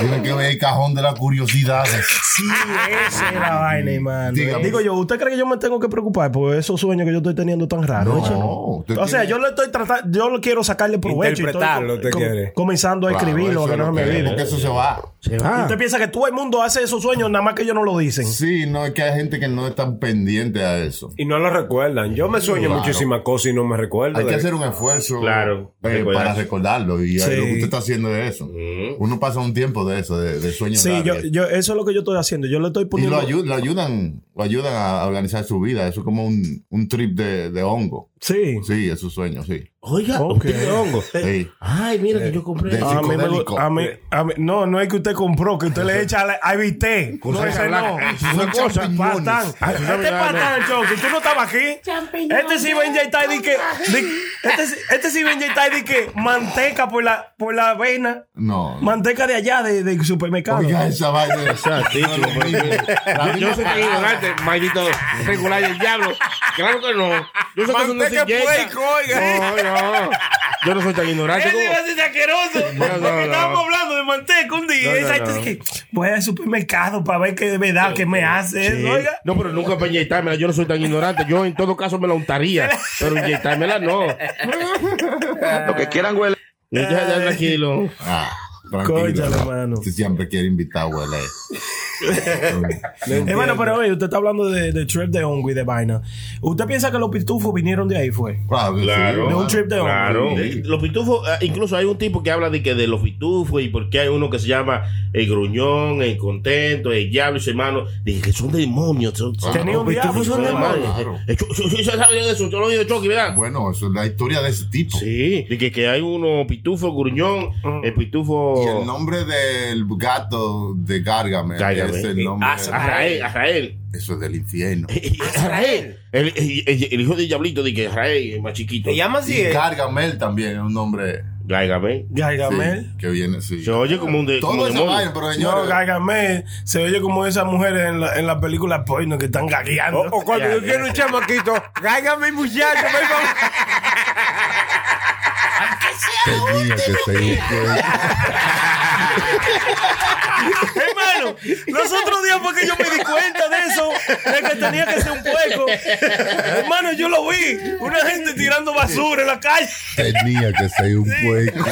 S6: Tiene que ver el cajón de las curiosidades.
S5: Sí, esa es la vaina, hermano.
S6: Dígame.
S5: Digo yo, ¿usted cree que yo me tengo que preocupar por esos sueños que yo estoy teniendo tan raros?
S6: No,
S5: Eso
S6: usted
S5: O sea,
S6: tiene-
S5: yo lo estoy tratando, yo lo quiero sacarle provecho. y estoy
S3: Interpretarlo,
S5: com-
S3: te
S5: com-
S3: quiere.
S5: comenzando a
S6: Claro,
S5: escribirlo,
S6: eso
S5: que
S6: es
S5: no se
S6: lo
S5: me
S6: que-
S5: olvide.
S6: Porque eso se va.
S5: Se va. Usted piensa que todo el mundo hace esos sueños, nada más que ellos no lo dicen.
S6: Ah. Sí, no, es que hay gente que no es tan pendiente a eso.
S3: Y no lo recuerdan. Yo me sueño
S6: Claro.
S3: muchísimas cosas y no me recuerdo.
S6: Hay que
S3: de-
S6: hacer un esfuerzo
S4: Claro,
S6: eh,
S4: recordar.
S6: para recordarlo. Y eh,
S5: Sí. Mm.
S6: lo que usted está haciendo de eso. Uno pasa un tiempo de eso, de, de sueños.
S5: Sí, yo,
S6: grandes.
S5: yo, eso es lo que yo estoy haciendo. Yo le estoy
S6: y lo,
S5: poniendo.
S6: ayu- lo ayudan lo ayudan a organizar su vida. Eso es como un, un trip de, de hongo.
S5: Sí.
S6: Sí, es su sueño, sí.
S4: Oiga,
S5: Ok.
S4: usted de hongo.
S6: Sí.
S4: Ay, mira que yo compré.
S6: De-
S5: A mí me gu-
S6: psicodélico.
S5: a mí- a mí- no, no es que usted compró, que usted le echa la IVT. No, ese no.
S6: Son champiñones.
S5: Patán.
S4: Ah,
S5: Este
S4: no, no, no.
S5: patán, Chonky, tú no estabas aquí. Este sí va a inyectar de que. de- este, sí- este sí va a inyectar de que manteca por la, por la vena.
S6: No.
S5: Manteca de allá, de- del supermercado.
S6: Oiga, esa vaina. No,
S4: Yo,
S6: no,
S4: yo soy tan ignorante, maldito regular del diablo. Claro que no. Yo sé que eso no se
S9: Manteca
S4: inyecta.
S9: puerco, oiga.
S4: No, no. Yo no soy tan ignorante.
S5: Ese iba a
S4: como-
S5: ser asqueroso.
S4: Ah, No, no,
S5: porque
S4: no.
S5: Estábamos hablando de manteca un día.
S4: No, no,
S5: y esa-
S4: no.
S5: dije, voy al supermercado para ver qué de verdad que me hace.
S4: Sí.
S5: eso, Oiga. eh,
S4: No, pero nunca para inyectármela. Yo no soy tan ignorante. Yo en todo caso me la untaría. Pero inyectármela no.
S10: Lo que quieran, huele.
S4: Ya, ya, tranquilo.
S6: Ah, tranquilo.
S5: Cónchale,
S6: ¿no?
S5: mano.
S6: Si siempre quiere invitar a huele.
S5: Eh, bueno, pero oye, usted está hablando de, de trip de hongo y de vaina. ¿Usted piensa que los pitufos vinieron de ahí, fue?
S6: Claro, sí,
S4: Claro.
S5: De un trip de hongo.
S4: Claro.
S6: Sí.
S4: Los pitufos, eh, incluso hay un tipo que habla de que de los pitufos y porque hay uno que se llama el gruñón, el contento, el diablo y su hermano. Dije que son demonios. Son, son-
S5: Tenía
S4: los
S5: un diablo,
S4: pitufos son
S5: claro.
S4: demonios. Eh, yo- yo- yo- yo sabía eso, yo lo oí de Chucky, ¿verdad?
S6: Bueno, eso es la historia de ese tipo.
S4: Sí, de que, que hay uno pitufo, gruñón, el
S6: Y el
S4: pitufo
S6: nombre del gato de Gargamel
S4: Gárgame.
S6: es el nombre.
S4: Azrael, Azrael.
S6: Eso es del infierno.
S4: Azrael. El, el- el- el hijo del diablito de que Azrael, el más chiquito.
S3: ¿Te llama así?
S6: Y
S5: eh.
S6: Gargamel también es un nombre
S4: Gáigame.
S6: sí,
S5: Gargamel.
S6: que viene. Sí.
S4: Se oye como un, de, como
S6: Todo
S4: un
S6: esa
S4: demonio.
S6: vaina, pero
S5: No,
S6: señores.
S5: Gargamel se oye como esas mujeres en las en las películas porno que están gagueando.
S3: O, o cuando
S4: Ya,
S3: yo
S4: ya,
S3: quiero un chamaquito, cáigame muchacho, por favor.
S6: tenía que seguir.
S5: Hermano, los otros días fue que yo me di cuenta de eso, de que tenía que ser un puerco. Hermano, yo lo vi. Una gente tirando basura en la calle.
S6: Tenía que ser un puerco.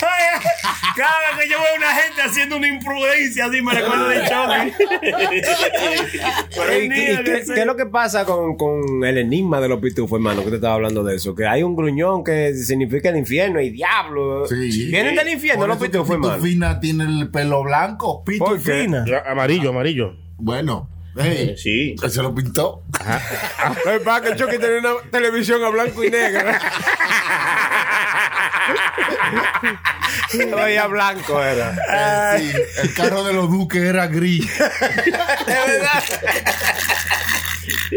S5: Ay, Cada vez que yo veo una gente haciendo una imprudencia, así me recuerdo de choque.
S3: Pero, Eh, ¿y qué, y qué- qué es lo que pasa con, con el enigma de los pitufos, hermano? Que te estaba hablando de eso. Que hay un gruñón que significa el infierno y diablo.
S6: Sí.
S3: Vienen del infierno los pitufos, hermano.
S6: Pitufina tiene el pelo blanco.
S3: ¿Por
S6: Pitufina.
S3: qué?
S4: Amarillo, amarillo.
S6: Bueno, hey,
S4: Sí.
S6: que se lo pintó.
S3: No es para que el Chucky tenía una televisión a blanco y negro. Todavía blanco era.
S6: Eh, sí, el carro de los duques era gris.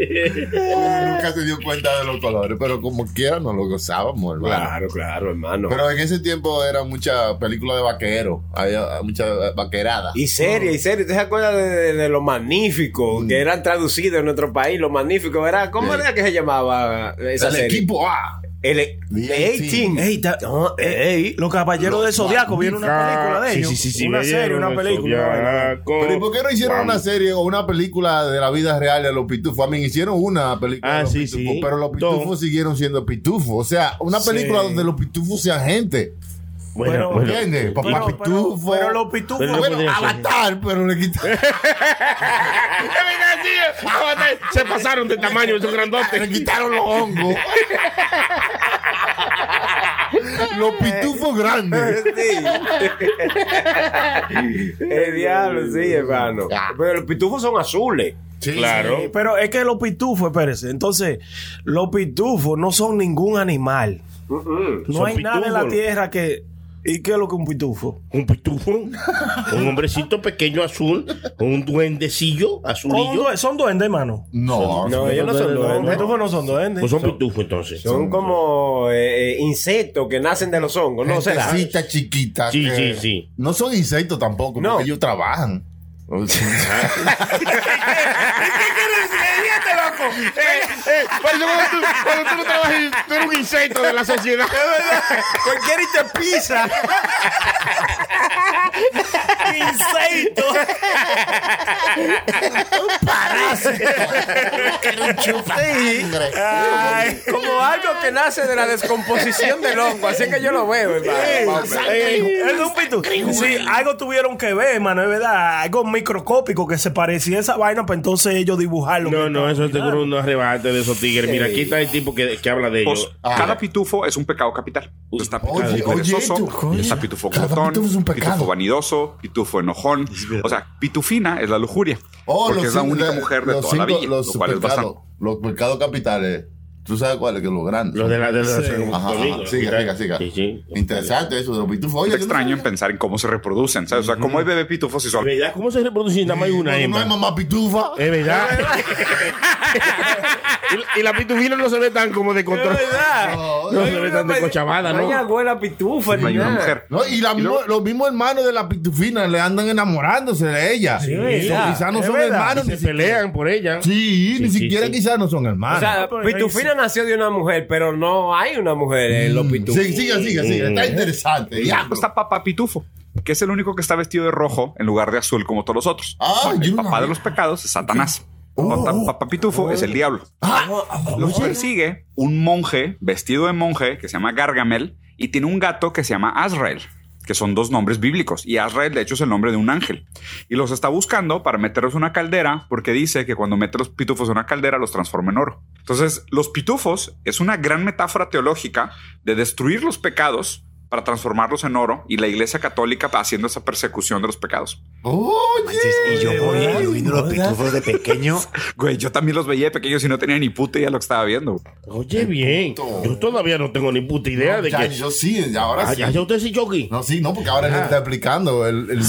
S6: Nunca se dio cuenta de los colores, pero como quiera nos lo gozábamos, hermano.
S3: Claro, claro, hermano.
S6: Pero en ese tiempo era mucha película de vaquero, había mucha vaquerada.
S3: Y serie, y serie. ¿Usted se acuerda de, de- de lo magnífico que eran traducidos en nuestro país? Lo magnífico era. ¿Cómo
S6: Mm. Sí.
S3: era que se llamaba esa
S6: el
S3: serie?
S6: equipo A.
S3: El, el
S6: The
S3: 18.
S6: 18.
S5: Ey, ta-
S3: No, eh, eh.
S5: Los caballeros de Zodiaco vieron una película de
S4: Sí,
S5: ellos.
S4: sí, sí, sí,
S5: una
S4: me
S5: serie,
S4: dieron
S5: una
S4: el
S5: película. vaina.
S4: zodiaco.
S6: Pero ¿y por qué no hicieron
S4: Vamos.
S6: una serie o una película de la vida real de los pitufos? A mí hicieron una película
S4: Ah,
S6: de los
S4: sí,
S6: pitufos,
S4: sí.
S6: pero los
S4: Dos.
S6: pitufos siguieron siendo pitufos. O sea, una película
S5: Sí.
S6: donde los pitufos sean gente.
S4: Bueno,
S5: Pero-
S4: bueno.
S6: ¿Entiendes? Papá
S5: Pero, pero,
S6: pitufo.
S5: pero los pitufos.
S4: Pero no
S6: bueno,
S4: podría ser.
S6: avatar, pero le quitaron,
S4: Es verdad, tío. Avatar, Ah, Se pasaron de tamaño, son
S6: le
S4: grandotes.
S6: quitaron los hongos. los pitufos grandes.
S3: El diablo, sí, hermano. Pero los pitufos son azules.
S6: Sí,
S4: Claro.
S5: Pero es que los pitufos, espérese. Entonces, los pitufos no son ningún animal. No
S4: Son
S5: hay nada en la
S4: pitufos.
S5: tierra que. ¿Y qué es lo que un pitufo?
S4: Un pitufo, un hombrecito pequeño azul, un duendecillo
S5: Un
S4: azulillo.
S5: due- son duendes, hermano.
S6: No,
S3: No, ellos no son
S5: Los
S3: duendes.
S5: pitufos no son duendes.
S4: Pues son pitufos entonces.
S3: Son como eh, eh, insectos que nacen de los hongos, ¿no será?
S6: Gentecita chiquita.
S4: Sí,
S6: que
S4: sí, sí.
S6: No son insectos tampoco,
S3: No.
S6: porque ellos trabajan.
S9: Eh, por eso cuando tú, cuando tú no trabajas, tú eres un insecto de la sociedad.
S3: Cualquiera y te pisa.
S11: Insecto. un parásito. Era un chupacangre.
S12: Ay, como algo que nace de la descomposición del hongo. Así que yo lo veo, hermano.
S5: Es un pitu. Sí, algo tuvieron que ver, hermano, es verdad. Algo microscópico que se parecía a esa vaina, pues entonces ellos dibujaron.
S4: No, no, eso es seguro un arrebate de esos tigres. Mira, aquí está el tipo que, que habla de
S13: Pues,
S4: ellos.
S13: cada pitufo es un pecado capital. Está pitufo
S6: Oye, oye, tú,
S13: perezoso,
S6: coño.
S13: está pitufo
S6: Cada
S13: glotón,
S6: pitufo es un pecado.
S13: pitufo vanidoso, pitufo enojón. O sea, pitufina es la lujuria.
S6: Oh,
S13: porque
S6: los
S13: es la
S6: cinco-
S13: única mujer de
S6: los
S13: toda la
S6: cinco-
S13: villa,
S6: Los
S13: lo cual es
S6: supermercados,
S13: bastante.
S6: los mercados capitales. ¿Tú sabes cuáles? Que los grandes.
S4: Los de la. De la
S6: Ajá, ajá. Siga, siga, siga.
S4: Sí, sí.
S6: Interesante eso de los pitufos.
S13: Es
S6: Oye,
S13: extraño en pensar en cómo se reproducen, ¿sabes? O sea, cómo hay bebé pitufos y son.
S4: ¿Verdad? ¿Cómo se reproduce si nada más hay
S6: ¿tú no-
S4: una
S6: no
S4: hembra? Eh,
S6: hay mamá pitufa.
S4: Es verdad. y, y la pitufina no se ve tan como de control.
S6: No,
S4: No se ve tan de cochabada,
S3: No hay
S4: ¿no?
S3: abuela pitufa
S13: No
S3: ni
S13: hay una
S3: nada.
S13: mujer.
S6: No, y la mismo- los mismos hermanos de la pitufina le andan enamorándose de ella.
S5: verdad.
S6: Quizás no
S5: Es
S6: son
S5: verdad.
S6: hermanos.
S4: Se
S6: ni siquiera-
S4: pelean por ella.
S6: Sí, ni
S4: sí,
S6: siquiera
S4: sí.
S6: quizás no son
S3: O
S6: hermanos.
S3: sea, Pitufina nació de una mujer, pero no hay una mujer en
S4: Mm.
S3: los pitufos.
S6: Sí, siga, siga, siga. Está interesante. diablo.
S13: Está papá pitufo, que es el único que está vestido de rojo en lugar de azul como todos los otros.
S6: Ah, yo
S13: el
S6: no
S13: papá de
S6: sabía.
S13: los pecados es Satanás.
S6: Oh,
S13: papá,
S6: oh. Ah,
S13: papá pitufo es el diablo. Los persigue un monje vestido de monje que se llama Gargamel y tiene un gato que se llama Azrael, que son dos nombres bíblicos. Y Azrael, de hecho, es el nombre de un ángel. Y los está buscando para meterlos en una caldera porque dice que cuando mete los pitufos en una caldera los transforma en oro. Entonces, los pitufos es una gran metáfora teológica de destruir los pecados para transformarlos en oro y la iglesia católica haciendo esa persecución de los pecados.
S11: Y
S6: Oye.
S11: yo voy y viendo los pitufos de pequeño.
S13: Güey, yo también los veía de pequeños y no tenía ni puta idea de lo que estaba viendo.
S4: Oye, bien.
S6: puto.
S4: Yo todavía no tengo ni puta idea
S6: No,
S4: de
S6: ya,
S4: que.
S6: Yo sí, ya ahora
S4: Ah,
S6: sí.
S4: ya, ya usted sí, Chucky.
S6: No, sí, no, porque ahora él está explicando el, el,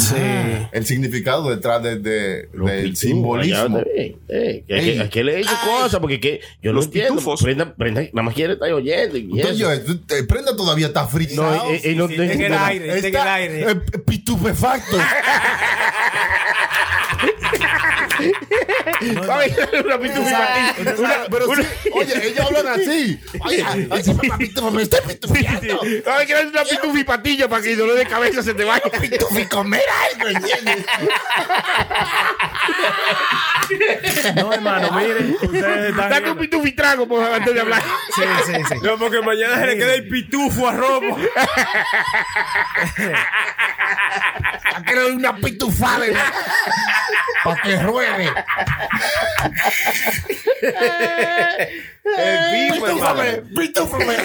S6: el significado detrás de, de-
S4: Los
S6: del
S4: pitufos,
S6: simbolismo.
S4: allá, eh, eh, que hay
S6: Ey.
S4: que- hay que leer esas cosas porque que yo no
S13: Los
S4: entiendo.
S13: pitufos.
S4: Prenda, prenda, nada más quiere estar oyendo. Y
S6: Entonces,
S4: eso.
S6: yo, tú- te- prenda todavía está frito.
S4: No, eh, eh, no
S14: sí,
S4: no
S14: en el
S4: entiendo.
S14: aire. está en el aire.
S6: eh, pitufefacto.
S4: Una pitufina.
S6: Una- pero sí, oye, ellos hablan así. Oye, ay, sí, papá, pitufa, me estoy pitufiando.
S4: Ay, que le hace una pitufipatilla para que el dolor de cabeza se te vaya.
S6: Pitufi, comer algo, ¿entiendes?
S5: No, hermano, miren, ustedes están.
S4: Date un pitufitrago por favor, antes de hablar.
S5: Sí, sí, sí.
S3: No, porque mañana se le queda el pitufo a Romo.
S6: ¿A qué le doy una pitufada? Para que ruede.
S3: El
S4: pues,
S3: pipo, hermano.
S6: Pitúfame, pitúfame.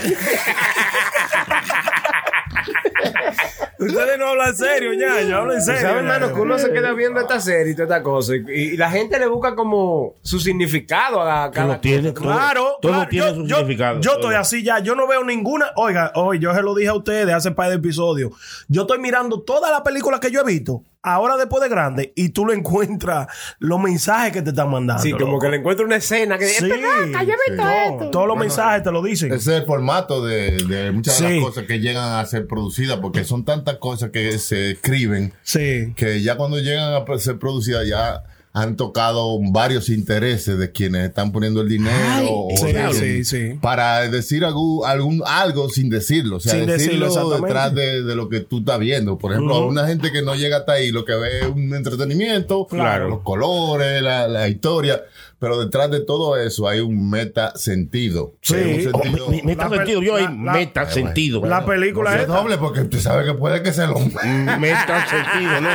S5: Ustedes no hablan serio, ya, yo hablo en serio.
S3: ¿Sabes, hermano?
S5: ñaño?
S3: Que uno se queda viendo esta serie y toda esta cosa. Y, y la gente le busca como su significado a cada
S4: Lo tiene todo.
S5: Claro,
S4: Todo
S5: claro.
S4: tiene
S5: Yo-
S4: su
S5: yo,
S4: significado.
S5: Yo estoy
S4: Todo.
S5: así ya, yo no veo ninguna. Oiga, hoy yo se lo dije a ustedes hace par de episodios. Yo estoy mirando todas las películas que yo he visto, ahora después de grande, y tú lo encuentras los mensajes que te están mandando.
S3: Sí, como que le encuentra una escena que
S5: Sí.
S3: "Este
S5: Sí. No, Todos los mensajes te lo dicen.
S6: Ese es el formato de, de muchas de
S5: Sí.
S6: las cosas que llegan a ser producidas, porque son tantas cosas que se escriben
S5: Sí.
S6: que ya cuando llegan a ser producidas ya han tocado varios intereses de quienes están poniendo el dinero o
S5: sí,
S6: de-
S5: sí, sí.
S6: para decir algún, algún- algo sin decirlo, o sea,
S5: Sin decirlo,
S6: decirlo,
S5: exactamente.
S6: detrás de, de lo que tú estás viendo. Por ejemplo, una gente que no llega hasta ahí, lo que ve es un entretenimiento,
S5: Claro.
S6: los colores, la, la historia, pero detrás de todo eso hay un meta sentido.
S5: Sí.
S6: Hay un
S4: Oh,
S6: sentido-
S4: me- Meta
S5: La pe-
S4: sentido. Yo ahí,
S5: la- la-
S4: meta sentido.
S5: La película
S6: No sea
S5: esta.
S6: doble porque usted sabe que puede que se lo
S4: Meta sentido, ¿no?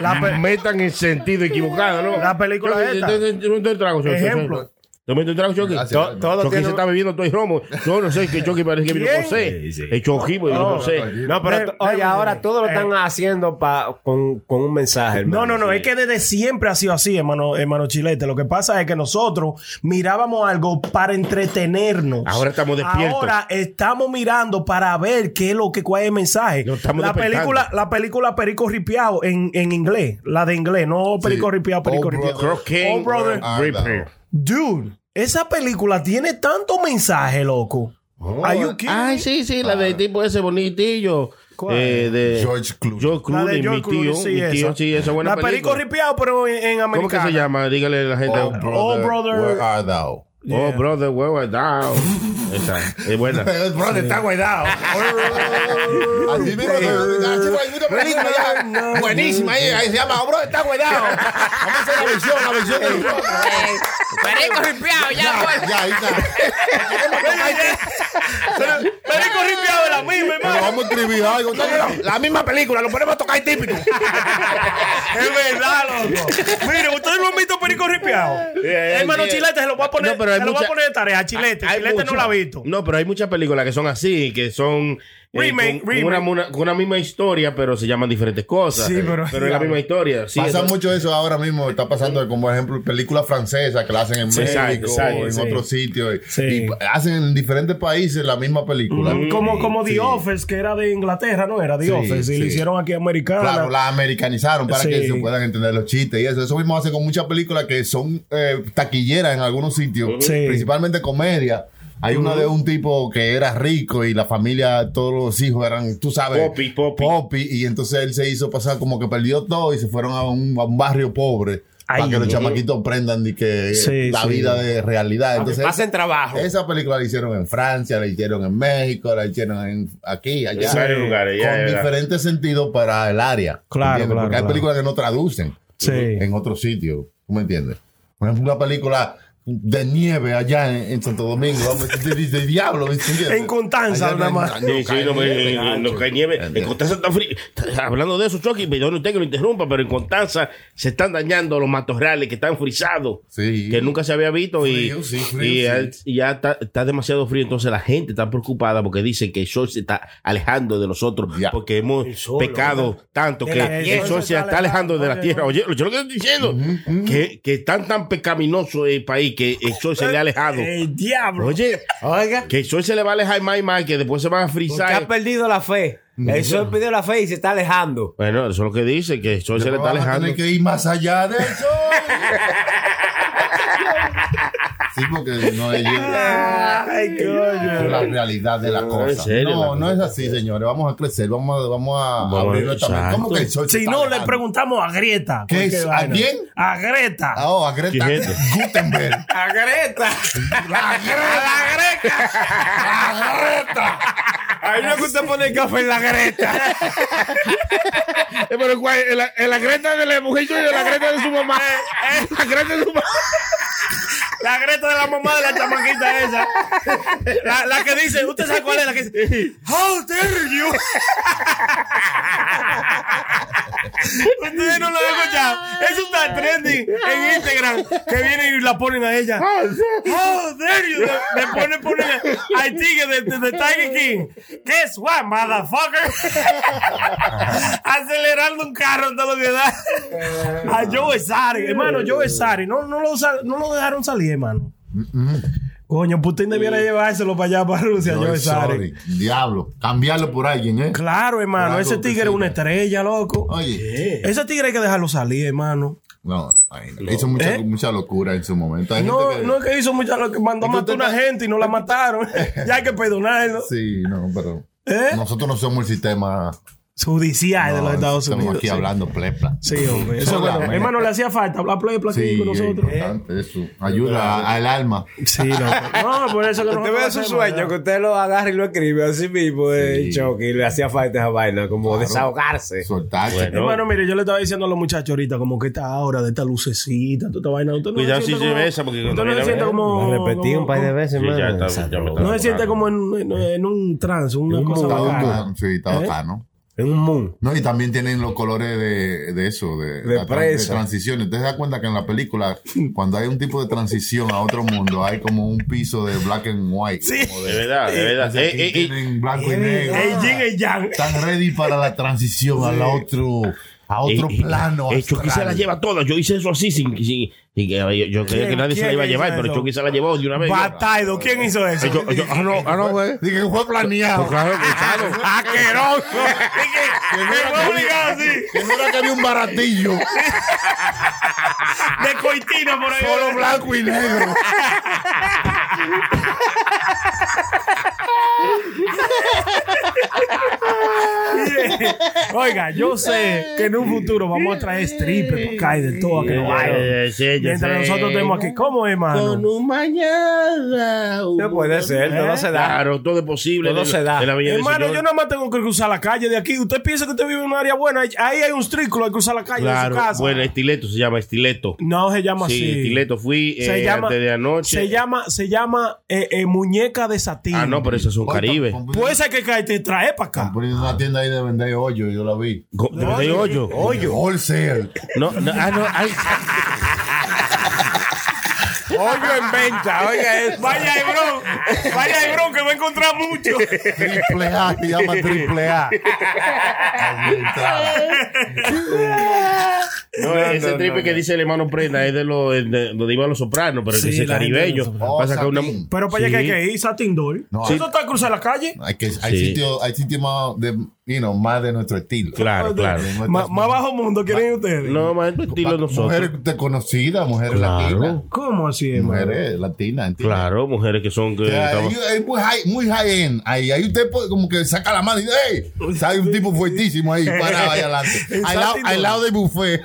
S4: La pe- metan en sentido equivocado, ¿no?
S5: La película
S4: Yo-
S5: esta.
S4: yo- yo- yo- yo me doy un trago, yo- yo- yo-
S5: Ejemplo.
S4: Yo me doy un trago, Chucky.
S6: Gracias,
S4: To-
S6: hermano.
S4: Todo Chucky se está bebiendo todo el romo. Yo no sé, que Chucky parece que vino
S5: ¿Quién?
S4: con C. El Chucky, pues, vino con C.
S3: No, pero
S5: Ven,
S3: t- oye,
S5: ven,
S3: ahora
S5: ven.
S3: todo lo están
S5: Eh.
S3: haciendo pa- con, con un mensaje, hermano.
S5: No, no, no, es que desde siempre ha sido así, hermano, hermano Chilete. Lo que pasa es que nosotros mirábamos algo para entretenernos.
S4: Ahora estamos despiertos.
S5: Ahora estamos mirando para ver qué es lo que cuál es el mensaje.
S4: Nos estamos
S5: La
S4: despertando.
S5: película, la película Perico Ripiao en, en inglés, la de inglés, no Perico
S6: Sí.
S5: Ripiao, Perico
S6: Oh,
S5: Ripiao.
S6: brother.
S4: Croquet.
S5: Oh, brother.
S6: Ah,
S4: Ripper.
S5: Dude, esa película tiene tanto mensaje, loco. Are you kidding
S4: Oh. Ay,
S5: me?
S4: sí, sí, la del tipo ese bonitillo. Eh, de
S6: George Clooney.
S4: George
S5: La de
S4: Clooney, mi
S5: George Clooney,
S4: tío.
S5: sí,
S4: mi tío,
S5: esa.
S4: sí, esa buena
S5: la Perico
S4: película.
S5: Ripiao, pero en, en
S4: ¿Cómo que
S5: americano.
S4: se llama? Dígale a la gente.
S6: Oh, brother,
S5: brother.
S6: where art thou?
S4: Oh, brother, we're guardado. Esa, es buena.
S6: El brother está guardado. Así mismo, película ya. Buenísima ahí, ahí se llama, oh, brother, está guardado. Vamos a hacer la versión, la versión de los
S15: Perico ripiado, ya,
S6: Ya, ya, ahí está.
S15: Perico ripiado es la misma,
S6: Pero
S15: hermano.
S6: vamos a escribir algo.
S7: La misma película, lo ponemos a tocar típico.
S15: Es verdad, loco. Miren, ustedes no han visto Perico ripiado. Hermano
S4: sí.
S15: Chilete se lo voy a poner,
S4: No, pero hay
S15: se lo voy a
S4: mucha-
S15: poner de tarea. Chilete,
S4: Hay
S15: Chilete no
S4: mucha-
S15: la ha visto.
S4: No, pero hay muchas películas que son así, que son eh,
S15: Remake,
S4: con, con una,
S15: remake.
S4: una- con una misma historia, pero se llaman diferentes cosas.
S6: Sí,
S4: pero,
S6: pero-
S4: es la misma historia. Sí,
S6: Pasa
S4: eso-
S6: mucho eso ahora mismo, está pasando como ejemplo películas francesas que la hacen en
S4: Sí,
S6: México
S4: exacto, exacto,
S6: o en
S4: sí.
S6: otros sitios. Y hacen en diferentes países la misma película.
S5: Mm, Como, como The
S6: Sí.
S5: Office, que era de Inglaterra, ¿no? Era The
S6: Sí,
S5: Office. Y lo
S6: sí.
S5: hicieron aquí americana.
S6: Claro, la americanizaron para
S5: Sí.
S6: que se puedan entender los chistes y eso. Eso mismo hace con muchas películas que son eh, taquilleras en algunos sitios,
S5: Sí.
S6: principalmente comedia. Hay una de un tipo que era rico y la familia, todos los hijos eran, tú sabes,
S4: Poppy, Poppy.
S6: Poppy, y entonces él se hizo pasar como que perdió todo y se fueron a un, a un barrio pobre para
S5: Ay.
S6: que los chamaquitos prendan de que
S5: Sí,
S6: la
S5: sí.
S6: vida de realidad. Entonces,
S3: Hacen trabajo.
S6: esa película la hicieron en Francia, la hicieron en México, la hicieron en aquí, allá.
S4: En varios lugares, ya,
S6: con
S4: ya, ya.
S6: diferentes sentidos para el área.
S5: Claro,
S6: ¿entiendes?
S5: claro,
S6: Porque hay
S5: claro.
S6: películas que no traducen
S5: Sí.
S6: en otros sitios. ¿Tú me entiendes? Por ejemplo, una película de nieve allá en, en Santo Domingo. hombre, de, de- de diablo.
S5: En Constanza, nada más.
S4: Sí, sí, no, me- en- en- no cae nieve. En Constanza está frío. Hablando de eso, Chucky, perdón usted que lo interrumpa, pero en Constanza se están dañando los matorrales que están frisados,
S6: Sí.
S4: que nunca se había visto
S6: Frío,
S4: y,
S6: sí, frío,
S4: y
S6: sí.
S4: ya- y ya está, está demasiado frío. Entonces la gente está preocupada porque dicen que el sol se está alejando de nosotros
S6: Ya.
S4: porque hemos pecado tanto
S5: De
S4: que
S5: la
S4: el
S5: tierra.
S4: sol se está alejando de la
S5: Oye,
S4: tierra.
S5: no.
S4: Oye, yo lo que estoy diciendo, que, que tan tan pecaminoso el país que el sol se le ha alejado.
S5: El diablo.
S4: Oye,
S3: Oiga,
S4: que el sol se le va a alejar más y más, que después se van a
S3: usted ha
S4: frizar.
S3: perdido la fe. El sol perdió la fe y se está alejando.
S4: Bueno, eso es lo que dice, que el sol se le está alejando.
S6: Tiene que ir más allá de eso. sí, porque no es
S5: Ay, coño.
S6: la realidad de la
S4: en
S6: cosa.
S4: serio, la
S6: no,
S4: cosa
S6: no es así, señores. Vamos a crecer, vamos a, vamos a
S4: Vamos,
S6: abrir nuestra mente.
S4: exacto.
S6: ¿Cómo que el sol se
S5: Si
S6: está
S5: no, le
S6: alejando?
S5: preguntamos a Grieta.
S6: ¿Qué
S5: ¿Por
S6: es? ¿A
S5: vaina?
S6: quién?
S5: A Greta.
S6: Ah, Oh, a Greta
S4: Fíjate.
S6: Gutenberg.
S15: A Greta.
S6: La Greta. La Greta.
S3: A mí me gusta poner café en la greta.
S7: Eh, Pero ¿cuál? En la, en la greta de la mujer y en la greta de su mamá. La greta de su mamá.
S15: La Greta de la mamá de la chamaquita esa. La, la que dice, ¿usted sabe cuál es la que dice? How dare you? Ustedes no lo han escuchado. Eso está trending en Instagram. Que vienen y la ponen a ella.
S6: Ah,
S15: How dare you? Le, le ponen, ponen al tigre de, de- de Tiger King. Guess what, motherfucker? Acelerando un carro en todo lo que da.
S5: A Joe Sari. Hermano, Joe Sari. No, no, lo, sal- no lo dejaron salir, hermano.
S6: Mm,
S5: Coño, Putin debiera llevárselo para allá, para Rusia,
S6: No,
S5: Joe Sari.
S6: sorry. Diablo. Cambiarlo por alguien, ¿eh?
S5: Claro, hermano.
S6: Claro
S5: Ese
S6: que
S5: tigre
S6: sí.
S5: es una estrella, loco.
S6: Oye.
S5: Ese tigre hay que dejarlo salir, hermano.
S6: No, ay, no. hizo mucha,
S5: ¿Eh?
S6: mucha locura en su momento. Hay
S5: No,
S6: gente que...
S5: no es que hizo mucha lo que mandó
S6: Es
S5: a
S6: que
S5: matar
S6: usted
S5: una
S6: está-
S5: gente y no la mataron. ya hay que perdonarlo.
S6: Sí, no, pero...
S5: ¿Eh?
S6: Nosotros no somos el sistema...
S5: Judicial de
S6: no,
S5: los Estados
S6: estamos
S5: Unidos.
S6: aquí
S5: sí.
S6: hablando plepla.
S5: Sí, hombre. Eso es bueno.
S6: Solamente.
S5: Hermano, le hacía falta hablar play, play aquí
S6: Sí,
S5: con
S6: es
S5: nosotros. ¿Eh?
S6: importante eso. Ayuda a- al alma.
S5: Sí, no. No, por eso que
S3: Usted
S5: nosotros
S3: ve su
S5: hacemos,
S3: sueño,
S5: ¿verdad?
S3: que usted lo agarra y lo escribe así mismo de
S6: Sí.
S3: choque. Y le hacía falta esa vaina, como desahogarse.
S6: Soltarse.
S4: Bueno.
S5: Hermano, mire, yo le estaba diciendo a los muchachos ahorita, como que esta aura de esta lucecita, toda esta vaina. Usted no
S4: Cuidado si
S5: siente
S4: se
S5: como-
S4: besa, porque cuando
S5: Usted no
S4: viene
S5: se
S4: a
S5: siente
S4: ver-
S5: como.
S3: Lo repetí un par de
S5: como-
S3: veces,
S4: Sí, ya
S3: mano.
S4: está,
S3: Esa-
S4: ya me está.
S5: No se siente como en, en- en un trance, una
S3: un
S5: cosa
S6: Está
S5: bacana.
S6: bacano, Sí, está
S5: ¿Eh?
S6: bacano.
S3: Es un moon.
S6: No, y también tienen los colores de, de eso, de,
S3: De
S6: la tran-
S3: presa.
S6: transición. Usted se da cuenta que en la película, cuando hay un tipo de transición a otro mundo, hay como un piso de black and white. como
S4: De
S6: de-
S4: verdad, de verdad.
S6: Entonces, aquí
S4: Eh, eh, eh,
S6: tienen blanco y negro.
S5: El yin y el yang.
S6: Están ready para la transición al otro, a otro
S4: eh,
S6: plano.
S4: eh, Chucky se la
S6: astral.
S4: lleva toda. Yo hice eso así sin. sin- sin que- yo- yo creía que
S5: ¿Quién-
S4: nadie se la iba a
S5: quién hizo
S4: llevar, pero
S5: eso?
S4: Chucky se la llevó de una vez.
S5: Bataido, ¿quién hizo eso?
S4: Yo- yo- yo- ah, no, ah, no, güey.
S6: Dije que fue planeado.
S5: ¡Asqueroso!
S6: Que no era
S5: fue
S6: que-
S5: obligado, sí.
S6: Que no era que había un baratillo.
S5: De coitina por ahí.
S6: Solo blanco y negro.
S5: Mire, Oiga, yo sé que en un futuro vamos a traer stripper para acá y de todo a que nos bailen.
S15: Sí, sí, yo
S5: Mientras
S15: sé.
S5: nosotros tenemos aquí, ¿cómo es, mano?
S4: Con un mañana.
S3: No puede ser, todo se da.
S4: Claro, todo es posible.
S3: Todo
S4: en-
S3: se da.
S4: en la Villa del
S5: Hermano,
S4: Señor.
S5: yo nada más tengo que cruzar la calle de aquí. ¿Usted piensa que usted vive en un área buena? Ahí hay un círculo, hay que cruzar la calle de su
S4: Claro,
S5: casa.
S4: bueno, estileto se llama estileto.
S5: No se llama
S4: Sí,
S5: así.
S4: estileto fui eh, antes de anoche.
S5: Se llama, se llama eh, eh, muñeca de satín.
S4: Ah, no, pero eso es un Caribe.
S5: Puede
S6: Pues-
S5: ser que ca- te trae para acá.
S6: Poniendo una tienda ahí de vender hoyo, yo la vi.
S4: Go- ¿De vender hoyo?
S6: Hoyo. Wholesale.
S4: No, no, ah, no, ay,
S15: Hoyo en venta, oiga eso. Vaya Hebrón, vaya Hebrón, que va a encontrar mucho.
S6: Triple A, se llama triple A.
S4: no, ese tripe que dice el hermano Prenda es de los de, de- donde iban los sopranos, pero
S5: Sí,
S4: que es
S5: la gente de
S4: caribeño.
S5: Los Oh, Sopranos.
S4: Pasa que una,
S5: Pero para allá
S4: Sí.
S5: que hay que ir, satín doll.
S6: No,
S5: Si
S6: hay-
S5: no está a cruzar la calle,
S6: Hay, que, hay,
S4: Sí.
S6: sitio, hay sitio más de, you know, más de nuestro estilo.
S4: Claro, claro.
S6: De nuestras
S5: ma- más bajo mundo quieren ustedes.
S4: No, más el estilo nosotros.
S6: mujeres desconocidas, mujeres
S4: Claro.
S6: latinas.
S5: ¿Cómo así, hermano?
S6: Mujeres latinas, ¿entiendes?
S4: Claro, mujeres que son. Que,
S6: O sea,
S4: estaban-
S6: ahí Es eh, muy high, muy high end. Ahí, ahí usted puede, como que saca la mano y dice, ¡Ey! O sea, hay un tipo fuertísimo ahí, parado ahí adelante. Al lado, al lado del buffet.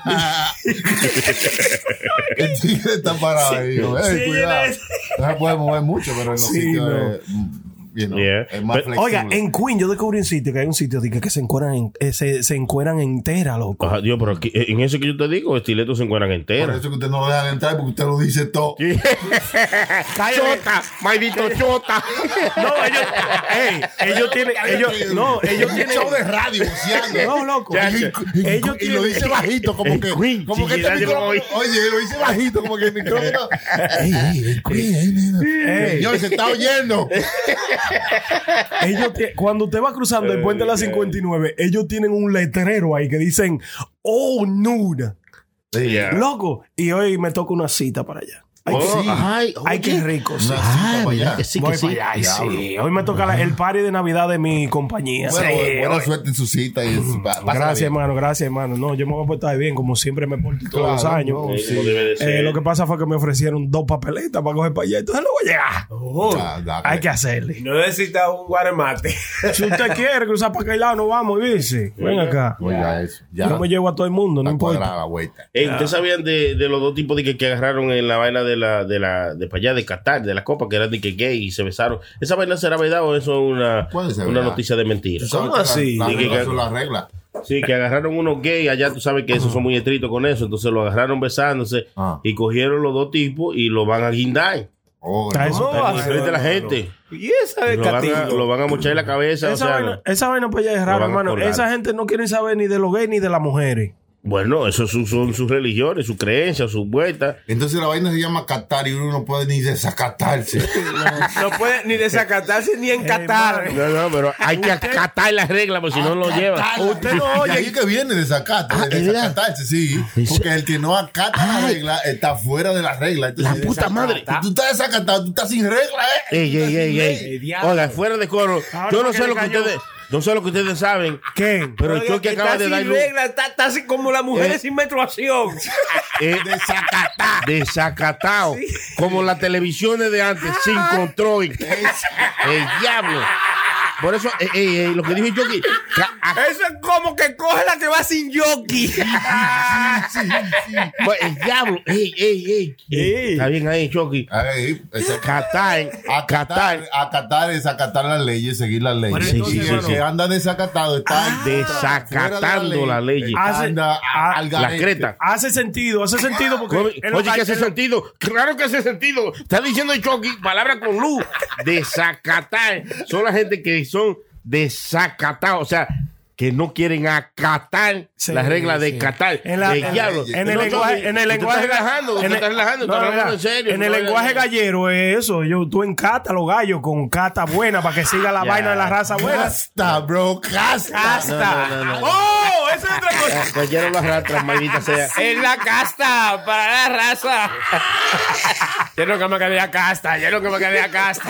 S6: El tigre está parado ahí. digo, ¡Ey,
S15: Sí,
S6: cuidado!
S15: sí.
S6: No se puede mover mucho, pero en los
S5: Sí,
S6: sitios
S5: no.
S6: es, mm, you know,
S4: Yeah.
S6: es más flexible.
S5: Oiga, en Queen yo descubrí un sitio que hay un sitio de que, que se encueran en- eh, se, se encueran entera, loco.
S4: Ajá, Dios, pero aquí- eh, en eso que yo te digo, estiletos se encuentran
S6: Por
S4: enteras.
S6: eso que usted no lo dejan entrar porque usted lo dice todo.
S4: Chota, maldito chota.
S5: No, ellos, ey, ellos tienen, ellos, no, ellos
S6: Un
S5: tienen.
S6: show de radio, buceando.
S5: No, loco.
S6: Y-
S5: Ellos
S6: y, y lo
S5: tienen-
S6: dice bajito, como que.
S4: Queen,
S6: como que este
S4: Chiquirá llegó
S6: micrófono.
S4: hoy.
S6: Oye, lo dice bajito, como que el micrófono. ¡Ey, ey, el Queen, ey, nena. Señor, se está oyendo.
S5: ellos tie- cuando usted va cruzando el puente de la 59, ellos tienen un letrero ahí que dicen Oh nude.
S4: Yeah.
S5: Loco. Y hoy me toca una cita para allá. Ay,
S4: Oh,
S5: sí.
S4: ay,
S5: Ay, qué
S4: oye.
S5: rico. sí.
S6: Una
S9: Ah,
S6: cita para allá.
S5: Voy para allá, ay, sí. Hoy me toca la- el party de Navidad de mi compañía.
S6: Bueno,
S5: Sí,
S6: buena
S5: hoy.
S6: suerte en su cita. Y en su- pa- pásala
S5: Gracias,
S6: bien.
S5: hermano, gracias, hermano. No, yo me voy a portar bien, como siempre me porto todos los
S6: Claro,
S5: años.
S6: no,
S4: Como debe de ser.
S5: Eh, lo que pasa fue que me ofrecieron dos papeletas para coger para allá. Entonces no voy a llegar.
S6: Ya, ya,
S5: Hay que hacerle.
S3: No necesitas un guaremate.
S5: Si usted quiere cruzar para aquel lado, no vamos, y dice. Ven acá.
S6: Oiga, eso. Ya.
S5: Yo me llevo a todo el mundo, no
S6: Está
S5: importa.
S6: cuadrada la vuelta.
S4: Ey, ¿Ustedes sabían de, de los dos tipos de que, que agarraron en la vaina de la de la de para allá de Qatar, de la copa que eran de que gay y se besaron? ¿Esa vaina será verdad o eso es una,
S6: Puede ser
S4: una
S6: verdad.
S4: noticia de mentira?
S6: Tú sabes
S5: ¿Cómo
S6: que
S5: así?
S6: Las
S4: Y que-
S6: reglas son las reglas.
S4: Sí, que agarraron unos gays, allá tú sabes que esos son muy estrictos con eso, entonces lo agarraron besándose
S6: Ah.
S4: y cogieron los dos tipos y lo van a guindar.
S6: Oh,
S5: Está
S6: no.
S5: eso.
S3: ¿Cómo va a
S4: Frente a la
S3: ser?
S4: gente.
S3: Y esa de
S4: Lo van, a,
S3: Catillo.
S4: lo van a mochar en la cabeza. o
S5: Esa
S4: sea,
S5: vaina, esa vaina pues ya es
S4: van
S5: rara,
S4: a
S5: hermano.
S4: colgar.
S5: Esa gente no quiere saber ni de los gays ni de las mujeres.
S4: Bueno, eso son, son sus religiones, sus creencias, sus vueltas.
S6: Entonces la vaina se llama Qatar y uno no puede ni desacatarse.
S3: No puede ni desacatarse ni encatar.
S4: No, no, pero hay que acatar las reglas, porque si no lo llevan.
S6: Usted no oye. ahí que viene desacate, desacatarse, sí. Porque el que no acata la regla está fuera de la regla. Entonces,
S4: La puta madre.
S6: Tú estás desacatado, tú estás sin regla, eh.
S4: Ey, ey, ey,
S3: Ey,
S4: ey.
S3: diablo.
S4: Oiga, fuera de coro.
S15: Ahora
S4: Yo no
S15: porque
S4: sé
S15: le
S4: lo que
S15: cayó.
S4: ustedes, no sé lo que ustedes saben,
S5: ¿Qué?
S4: pero el choque acaba de dar luz.
S3: está, está así como las mujeres
S4: Eh.
S3: sin menstruación.
S4: eh, desacatado. Como las televisiones de antes, sin control. El diablo. Por eso, eh, eh, eh, lo que dije yo que ca- a-
S3: Eso es como que coge la que va sin jockey.
S4: pues, el diablo, ey, ey, ey.
S3: Ey.
S4: Está bien ahí, Chucky.
S6: Ahí, esa-
S4: Catar,
S6: Acatar,
S4: catar,
S6: acatar, desacatar las leyes, seguir las leyes.
S15: Bueno,
S6: Sí,
S15: entonces,
S6: y el
S15: bueno.
S6: que anda desacatado
S4: Ah.
S6: está
S4: desacatando las leyes.
S5: Hace-
S6: Anda a-
S5: a-
S6: al
S4: La
S6: garete.
S4: creta.
S5: Hace sentido, hace sentido porque.
S4: Oye,
S5: en los
S4: oye, que
S5: ga-
S4: hace
S5: en los-
S4: sentido. Claro que hace sentido. Está diciendo el Chucky palabra con luz. Desacatar. Son la gente que son desacatados. O sea, que no quieren acatar
S5: Sí,
S4: las reglas
S5: sí.
S4: de Qatar.
S5: En la-
S4: de
S5: en-
S4: diablo.
S5: en el
S4: No,
S5: lenguaje,
S4: Chucky,
S5: en el
S4: tú
S5: lenguaje
S4: Estás relajando, tú
S5: en el-
S4: estás relajando.
S5: no,
S4: estás
S5: no,
S4: hablando
S5: no.
S4: en serio.
S5: En el
S4: no,
S5: lenguaje
S4: no.
S5: gallero es eso. Yo, tú encatas los gallos con cata buena para que siga la
S4: Ya.
S5: vaina de la raza buena.
S6: Casta, bro, casta.
S5: Casta.
S4: No, no, no, no, no.
S5: ¡Oh! Esa es otra cosa.
S4: Cualquiera lo arrastra, maldita sea.
S3: Es la casta para la raza. ya no que me quedé a casta, ya no que me quedé a casta.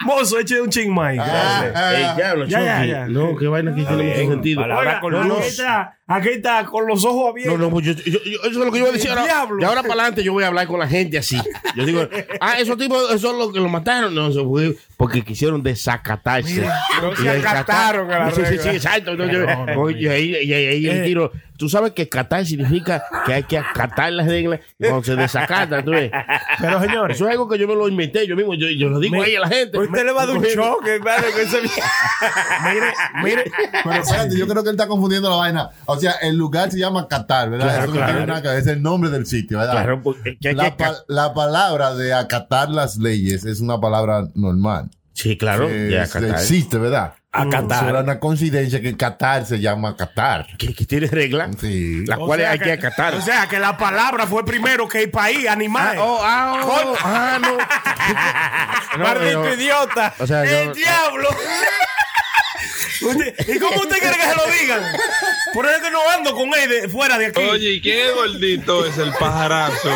S5: Mozo, eche un ching más.
S4: Ah, ah, Ey, diablo,
S5: ya, ya,
S4: Chucky.
S5: ya.
S4: No, qué vaina que tiene mucho sentido.
S5: Oiga,
S4: no,
S5: aquí, está, aquí está con los ojos abiertos.
S4: No, no, pues yo, yo- yo- eso es lo que yo voy a decir ahora.
S5: Diablo.
S4: De ahora para adelante yo voy a hablar con la gente así. Yo digo, ah, esos tipos, esos los que lo mataron. No, eso fue porque quisieron desacatarse.
S7: no
S4: Y
S7: se
S4: desacatar-
S7: acataron a la
S4: Sí, sí,
S7: regla.
S4: sí, exacto. No, yo-
S7: No, no,
S4: oye, ahí, ahí, ahí, ahí el tiro. Tú sabes que acatar significa que hay que acatar las reglas y cuando se desacatan, tú ves.
S5: Pero señores.
S4: Eso es algo que yo me lo inventé yo mismo. Yo, yo lo digo
S5: Mi-
S4: ahí a la gente.
S6: Usted le va a dar un choque,
S4: hermano,
S5: Mire, mire.
S6: Pero espérate, yo creo que él está confundiendo la vaina. O sea, el lugar se llama Qatar, ¿verdad?
S4: Claro,
S6: Eso no
S4: claro.
S6: tiene nada que ver, es el nombre del sitio, ¿verdad?
S4: Claro, porque- que hay
S6: la,
S4: que
S6: pa-
S4: aca-
S6: la palabra de acatar las leyes es una palabra normal.
S4: Sí, claro,
S6: Que
S4: de
S5: este,
S6: es-
S4: acatar.
S6: existe, ¿verdad?
S5: Acatar.
S6: Será una coincidencia que Qatar se llama Qatar.
S4: Que, que tiene reglas,
S6: Sí.
S4: las
S5: O
S4: cuales
S5: sea
S4: hay que acatar.
S5: O sea, que la palabra fue primero que el país, animal.
S4: Ah, oh, ah, oh, ah, no. No,
S5: Maldito
S4: pero-
S5: idiota.
S4: O sea,
S5: el
S4: yo-
S5: diablo. Usted- ¿Y cómo usted quiere que se lo digan? Por eso es que no ando con él de- fuera de aquí.
S16: Oye, ¿y qué gordito es el pajarazo?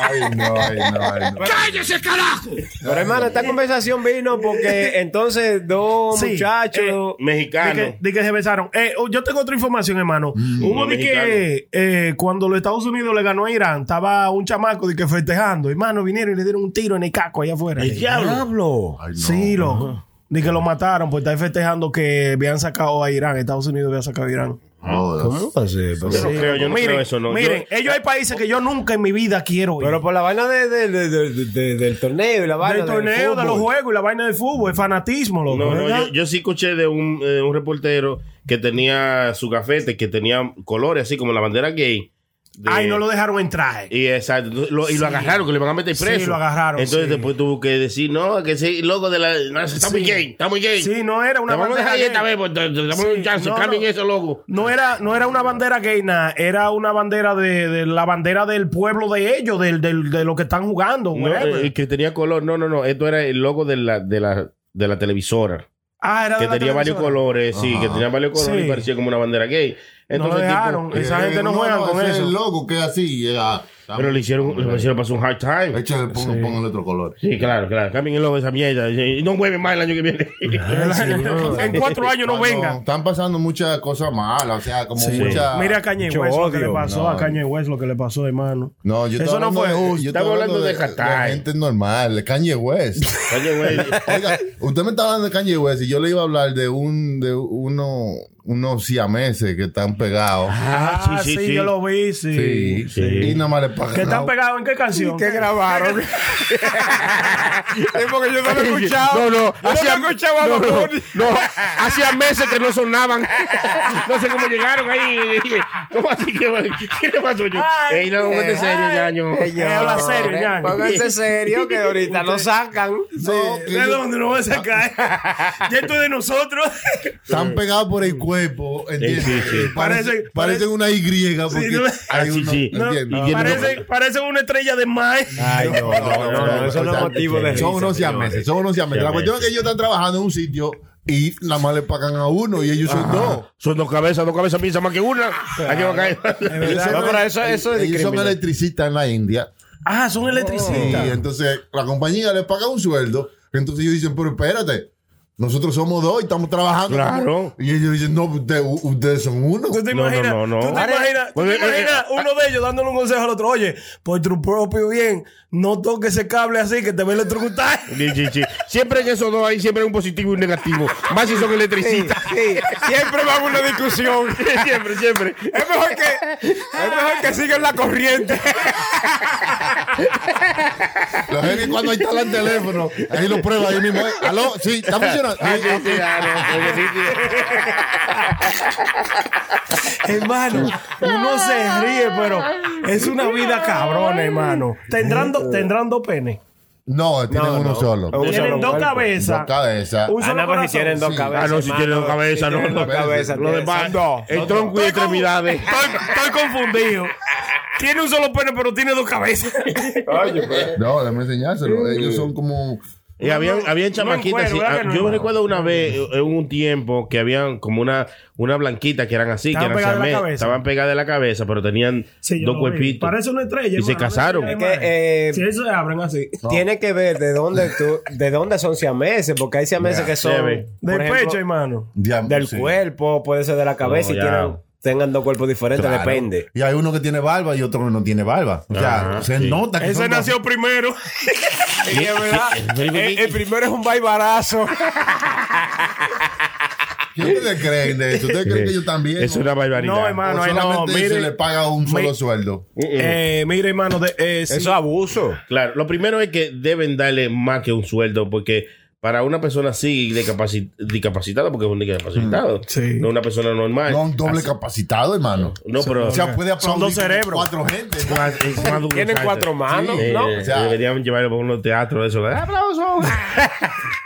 S6: Ay, no, ay, no, ay, no.
S2: ¡Cállese, carajo!
S3: Pero hermano, esta conversación vino porque entonces dos
S5: Sí,
S3: muchachos
S5: De
S4: eh, Mexicano. Mm,
S5: que, de que se besaron. Eh, oh, yo tengo otra información, hermano. Hubo de que eh, cuando los Estados Unidos le ganó a Irán, estaba un chamaco de que festejando. Hermano, vinieron y le dieron un tiro en el caco allá afuera.
S4: El diablo.
S6: Ay, no.
S5: Sí, loco. De que lo mataron por estar festejando que habían sacado a Irán. Estados Unidos había sacado a Irán.
S6: Joder.
S4: Yo no
S5: Sí,
S4: creo, yo no
S5: miren,
S4: creo eso, no.
S5: miren,
S4: Yo-
S5: ellos hay países que yo nunca en mi vida quiero ir.
S3: Pero por la vaina de, de- de- de- de- del torneo y la vaina
S5: del torneo, de
S3: fútbol.
S5: los juegos y la vaina del fútbol, el fanatismo, loco.
S4: no, no,
S5: ¿verdad?
S4: yo, yo sí escuché de un, eh, un reportero que tenía su gafete, que tenía colores así como la bandera gay. de-
S5: Ay, no lo dejaron entrar.
S4: Y, exacto, lo- y lo agarraron, que le van a meter
S5: Sí,
S4: preso.
S5: lo agarraron,
S4: Entonces
S5: sí.
S4: después tuvo que decir, no, que sí, loco de la. no, eso está muy
S5: Sí.
S4: gay, está muy gay.
S5: Sí, no era una
S4: Te vamos
S5: bandera
S4: a dejar ahí
S5: gay.
S4: esta vez, pues, te- te damos
S5: Sí,
S4: un chance,
S5: no,
S4: cambien
S5: no.
S4: eso, loco.
S5: No era, no era una bandera gay, nada. Era una bandera de, de la bandera del pueblo de ellos, del, del- de lo que están jugando.
S4: No,
S5: whatever.
S4: eh, que tenía color, no, no, no, esto era el logo de la, de la, de la televisora.
S5: ah, era de
S4: que
S5: la
S4: tenía varios
S5: televisora.
S4: colores, sí,
S6: Ajá.
S4: que tenía varios colores
S5: Sí.
S4: y parecía como una bandera gay.
S5: No lo
S4: Entonces,
S5: dejaron.
S4: tipo,
S5: Esa
S6: Eh,
S5: gente no, juega con
S6: ese es
S5: eso.
S6: el loco que es así. ya.
S4: pero le hicieron, le hicieron pasar un hard time.
S6: Échale, pongo- póngale otro color.
S4: Sí, claro, claro. Cambien el logo de esa mierda. Y no mueven más el año que viene.
S5: en cuatro años no
S6: Mano,
S5: venga.
S6: Ah, Están pasando muchas cosas malas, o sea, como mucha.
S5: Mira a Kanye
S3: Mucho
S5: West lo que
S3: odio.
S5: le pasó,
S6: No.
S5: a Kanye West lo que le pasó, hermano.
S6: No, yo
S5: Eso
S6: estaba
S5: no
S6: hablando
S5: fue
S6: de-
S5: justo.
S6: yo estaba
S4: Estamos hablando de
S6: la
S4: Qatar.
S6: gente normal, de Kanye West.
S4: Oye, güey.
S6: Oiga, usted me está hablando de Kanye West y yo le iba a hablar de un de uno unos siameses que están pegados.
S5: Ah, sí, yo lo vi, sí.
S6: sí, Y nada más le pagan.
S5: ¿Qué están pegados en qué canción?
S7: ¿Qué grabaron? es porque yo no lo he
S4: No,
S7: escuchado.
S4: no,
S7: Yo no
S4: hacía-
S7: lo he escuchado a
S4: no,
S7: Bad
S4: no,
S7: Bunny.
S4: no, hacía meses que no sonaban. No sé cómo llegaron ahí. ¿Cómo así que qué le pasó yo?
S5: Ay,
S4: Ey, no, ponte serio, ñaño.
S5: Eh, habla serio, ya.
S3: Pónganse serio que ahorita lo sacan.
S6: No,
S5: ¿De
S6: que yo-
S5: dónde nos va a sacar? ya esto es de nosotros.
S6: Están pegados por el cuerpo, ¿entiendes?
S4: Sí, sí, sí.
S6: Parecen,
S5: Parece-
S6: parecen una Y porque
S5: Sí, no-
S6: hay
S4: Ah, sí,
S6: uno,
S4: sí.
S5: No,
S6: ¿entiendes?
S4: tiene-
S5: parece, parece una estrella de más.
S3: Ay, no, no, no, no, eso no es motivo de risa,
S6: Son unos siameses, son unos siameses. La cuestión es que ellos están trabajando en un sitio y nada más le pagan a uno y ellos son dos.
S4: Son dos cabezas, dos cabezas piensan más que una. Hay que bajar.
S6: Ellos son-
S3: No, pero eso- eso es
S6: ellos son
S3: discriminación.
S6: electricistas en la India.
S5: Ah, son electricistas.
S6: Y entonces la compañía les paga un sueldo. Entonces ellos dicen, pero espérate, nosotros somos dos y estamos trabajando.
S4: Claro.
S6: Y ellos dicen, no, usted- u- ustedes son uno.
S5: ¿Tú te
S4: No, no,
S5: imaginas,
S4: no, no.
S5: ¿tú te
S4: Ahora-
S5: imaginas, tú te
S4: Oye, oye,
S5: imaginas uno de ellos dándole un consejo al otro? Oye, por tu propio bien, no toques ese cable así que te va a electrocutar.
S4: Sí, sí, sí. Siempre en esos dos hay siempre un positivo y un negativo. Más si son electricistas.
S7: Siempre va a una discusión.
S4: siempre, siempre.
S7: Es mejor que, es mejor que sigan la corriente.
S6: La gente cuando instala el teléfono, ahí lo prueba ahí mismo. eh, Aló, sí, está funcionando. Sí,
S4: Sí, sí, ah, no, sí, sí.
S5: hermano, uno se ríe, pero es una vida cabrona, hermano. Tendrán, do- tendrán dos penes.
S6: No, tienen uno solo.
S3: Un
S5: Tienen
S3: solo
S5: dos
S3: cuerpo.
S5: cabezas.
S6: Dos cabezas.
S5: Un
S3: Ah,
S5: solo
S3: no, pero si
S5: corazón.
S3: tienen dos
S6: Sí.
S3: cabezas.
S4: Ah, no, si
S3: hermano,
S4: tiene dos cabezas, no,
S3: tienen
S4: no.
S3: dos cabezas,
S4: Lo
S3: tienen-
S4: demás,
S3: son dos.
S4: el tronco y extremidades.
S5: Estoy, estoy confundido. Tiene un solo pene, pero tiene dos cabezas.
S6: No, déjame enseñárselo. Ellos son como
S4: Y habían, habían chamaquitas. así. Ah, yo recuerdo una vez, eh, en un tiempo, que habían como una, una blanquita que eran así,
S15: Estaban
S4: que eran
S15: pegadas de la
S4: siamés.
S15: cabeza.
S4: Estaban pegadas de la cabeza, pero tenían
S15: Sí, yo lo
S4: dos
S15: vi.
S4: cuerpitos.
S15: Parece una estrella.
S4: Y se
S15: hermano.
S4: casaron.
S15: Es
S4: que,
S3: eh,
S15: si eso se abren así.
S3: Tiene que ver de dónde tú, de dónde son siameses, porque hay siameses
S4: Ya,
S3: que son
S4: se ve.
S3: por
S15: Del
S3: ejemplo,
S15: pecho, hermano.
S3: del cuerpo, puede ser de la cabeza
S6: No,
S3: y
S6: ya.
S3: tienen- tengan dos cuerpos diferentes,
S6: Claro.
S3: depende.
S6: Y hay uno que tiene barba y otro que no tiene barba. O sea,
S3: Ajá,
S6: se
S3: sí.
S6: nota que
S15: Ese
S6: son
S15: nació primero.
S4: el,
S5: Eh,
S3: el primero es un baibarazo.
S6: ¿Qué ustedes creen de eso? ¿Ustedes creen que yo también?
S4: Es una barbaridad.
S6: ¿O
S4: No,
S15: hermano, ay, no,
S6: solamente
S15: mire.
S6: se le paga un solo
S15: Mi-
S6: sueldo.
S15: Eh, mira, hermano, de, eh, sí.
S3: abuso.
S4: Claro, lo primero es que deben darle más que un sueldo, porque para una persona así decapaci- discapacitada, porque es un discapacitado, no una persona normal.
S6: No, un doble
S4: Así-
S6: capacitado, hermano.
S4: No, pero-
S6: O sea, puede aplaudir
S15: Son dos
S6: con
S15: cerebros.
S6: Cuatro gente.
S4: Más- es más duro,
S3: Tienen
S4: ¿sabes?
S3: cuatro
S5: Ah,
S3: manos,
S4: Sí,
S3: ¿no?
S4: eh,
S6: O sea-
S4: deberían llevarlo por unos teatros de eso. ¿verdad?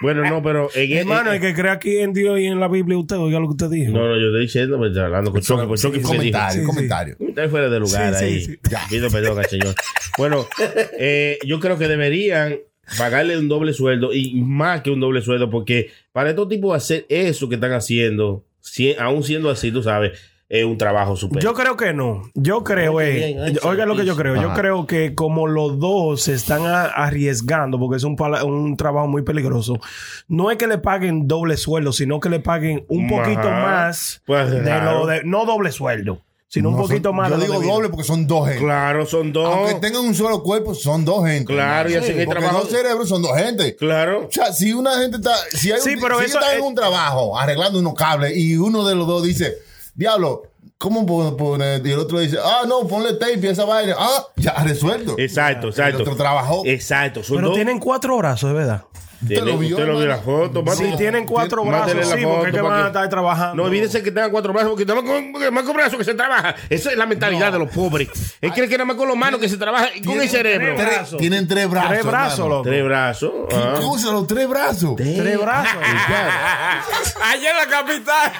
S4: Bueno, no, pero en
S5: Hermano,
S4: en-
S5: el que cree aquí en Dios y en la Biblia, usted oiga lo que usted dijo.
S4: No, no, yo estoy diciendo, pues, hablando con Choque, con Choque, porque dije-
S6: comentario,
S4: Sí,
S6: comentario.
S4: Está fuera de lugar
S5: Sí, sí,
S4: ahí.
S5: sí.
S4: Pido perdón al señor. Bueno, eh, yo creo que deberían pagarle un doble sueldo y más que un doble sueldo, porque para estos tipos hacer eso que están haciendo, si- aún siendo así, tú sabes, es un trabajo super.
S5: Yo creo que no. Yo creo,
S4: Oye,
S5: eh,
S4: bien, ay,
S5: oiga lo que yo creo. Yo
S6: Ajá.
S5: creo que como los dos se están a- arriesgando, porque es un, pala- un trabajo muy peligroso, no es que le paguen doble sueldo, sino que le paguen un
S4: Ajá.
S5: poquito más
S4: Pues,
S5: de
S4: claro.
S5: lo de- No doble sueldo, sino un
S6: No,
S5: poquito
S6: son-
S5: más.
S6: Yo
S5: de lo
S6: digo
S5: debido.
S6: doble porque son dos gente.
S4: Claro, son dos.
S6: Aunque tengan un solo cuerpo, son dos gente.
S4: Claro, y
S6: hermano.
S4: así que
S6: Porque
S4: trabajo-
S6: dos cerebros son dos gente.
S4: Claro.
S6: O sea, si una gente está, si hay un-
S5: Sí, pero
S6: si
S5: eso
S6: está en
S5: es-
S6: un trabajo arreglando unos cables y uno de los dos dice, diablo, ¿cómo puedo poner? Y el otro dice, ah, no, ponle tape y esa vaina. Ah, ya resuelto.
S4: Exacto, exacto.
S6: El otro trabajó.
S5: Este,
S4: Exacto, son
S5: Pero
S4: pues, dos.
S5: tienen cuatro brazos, de verdad.
S4: Tienen-
S6: lo vio,
S4: usted lo vio la
S6: hermano?
S4: foto,
S5: Si
S4: mate.
S5: tienen cuatro
S4: Mándele
S5: brazos,
S4: la
S5: sí, porque es que
S4: foto,
S5: van
S4: pa'
S5: a estar trabajando.
S4: No olvídense que tengan cuatro brazos porque estamos con más con brazos que se trabaja. Esa es la mentalidad de los pobres. Él cree que nada más con los manos que se trabaja y con el cerebro.
S6: Tres- tienen tres brazos.
S5: Tres brazos,
S6: hermano.
S5: loco.
S4: Tres brazos. ah.
S6: ¿Qué cosa? Los tres brazos.
S5: Tres brazos.
S2: Allá en la capital.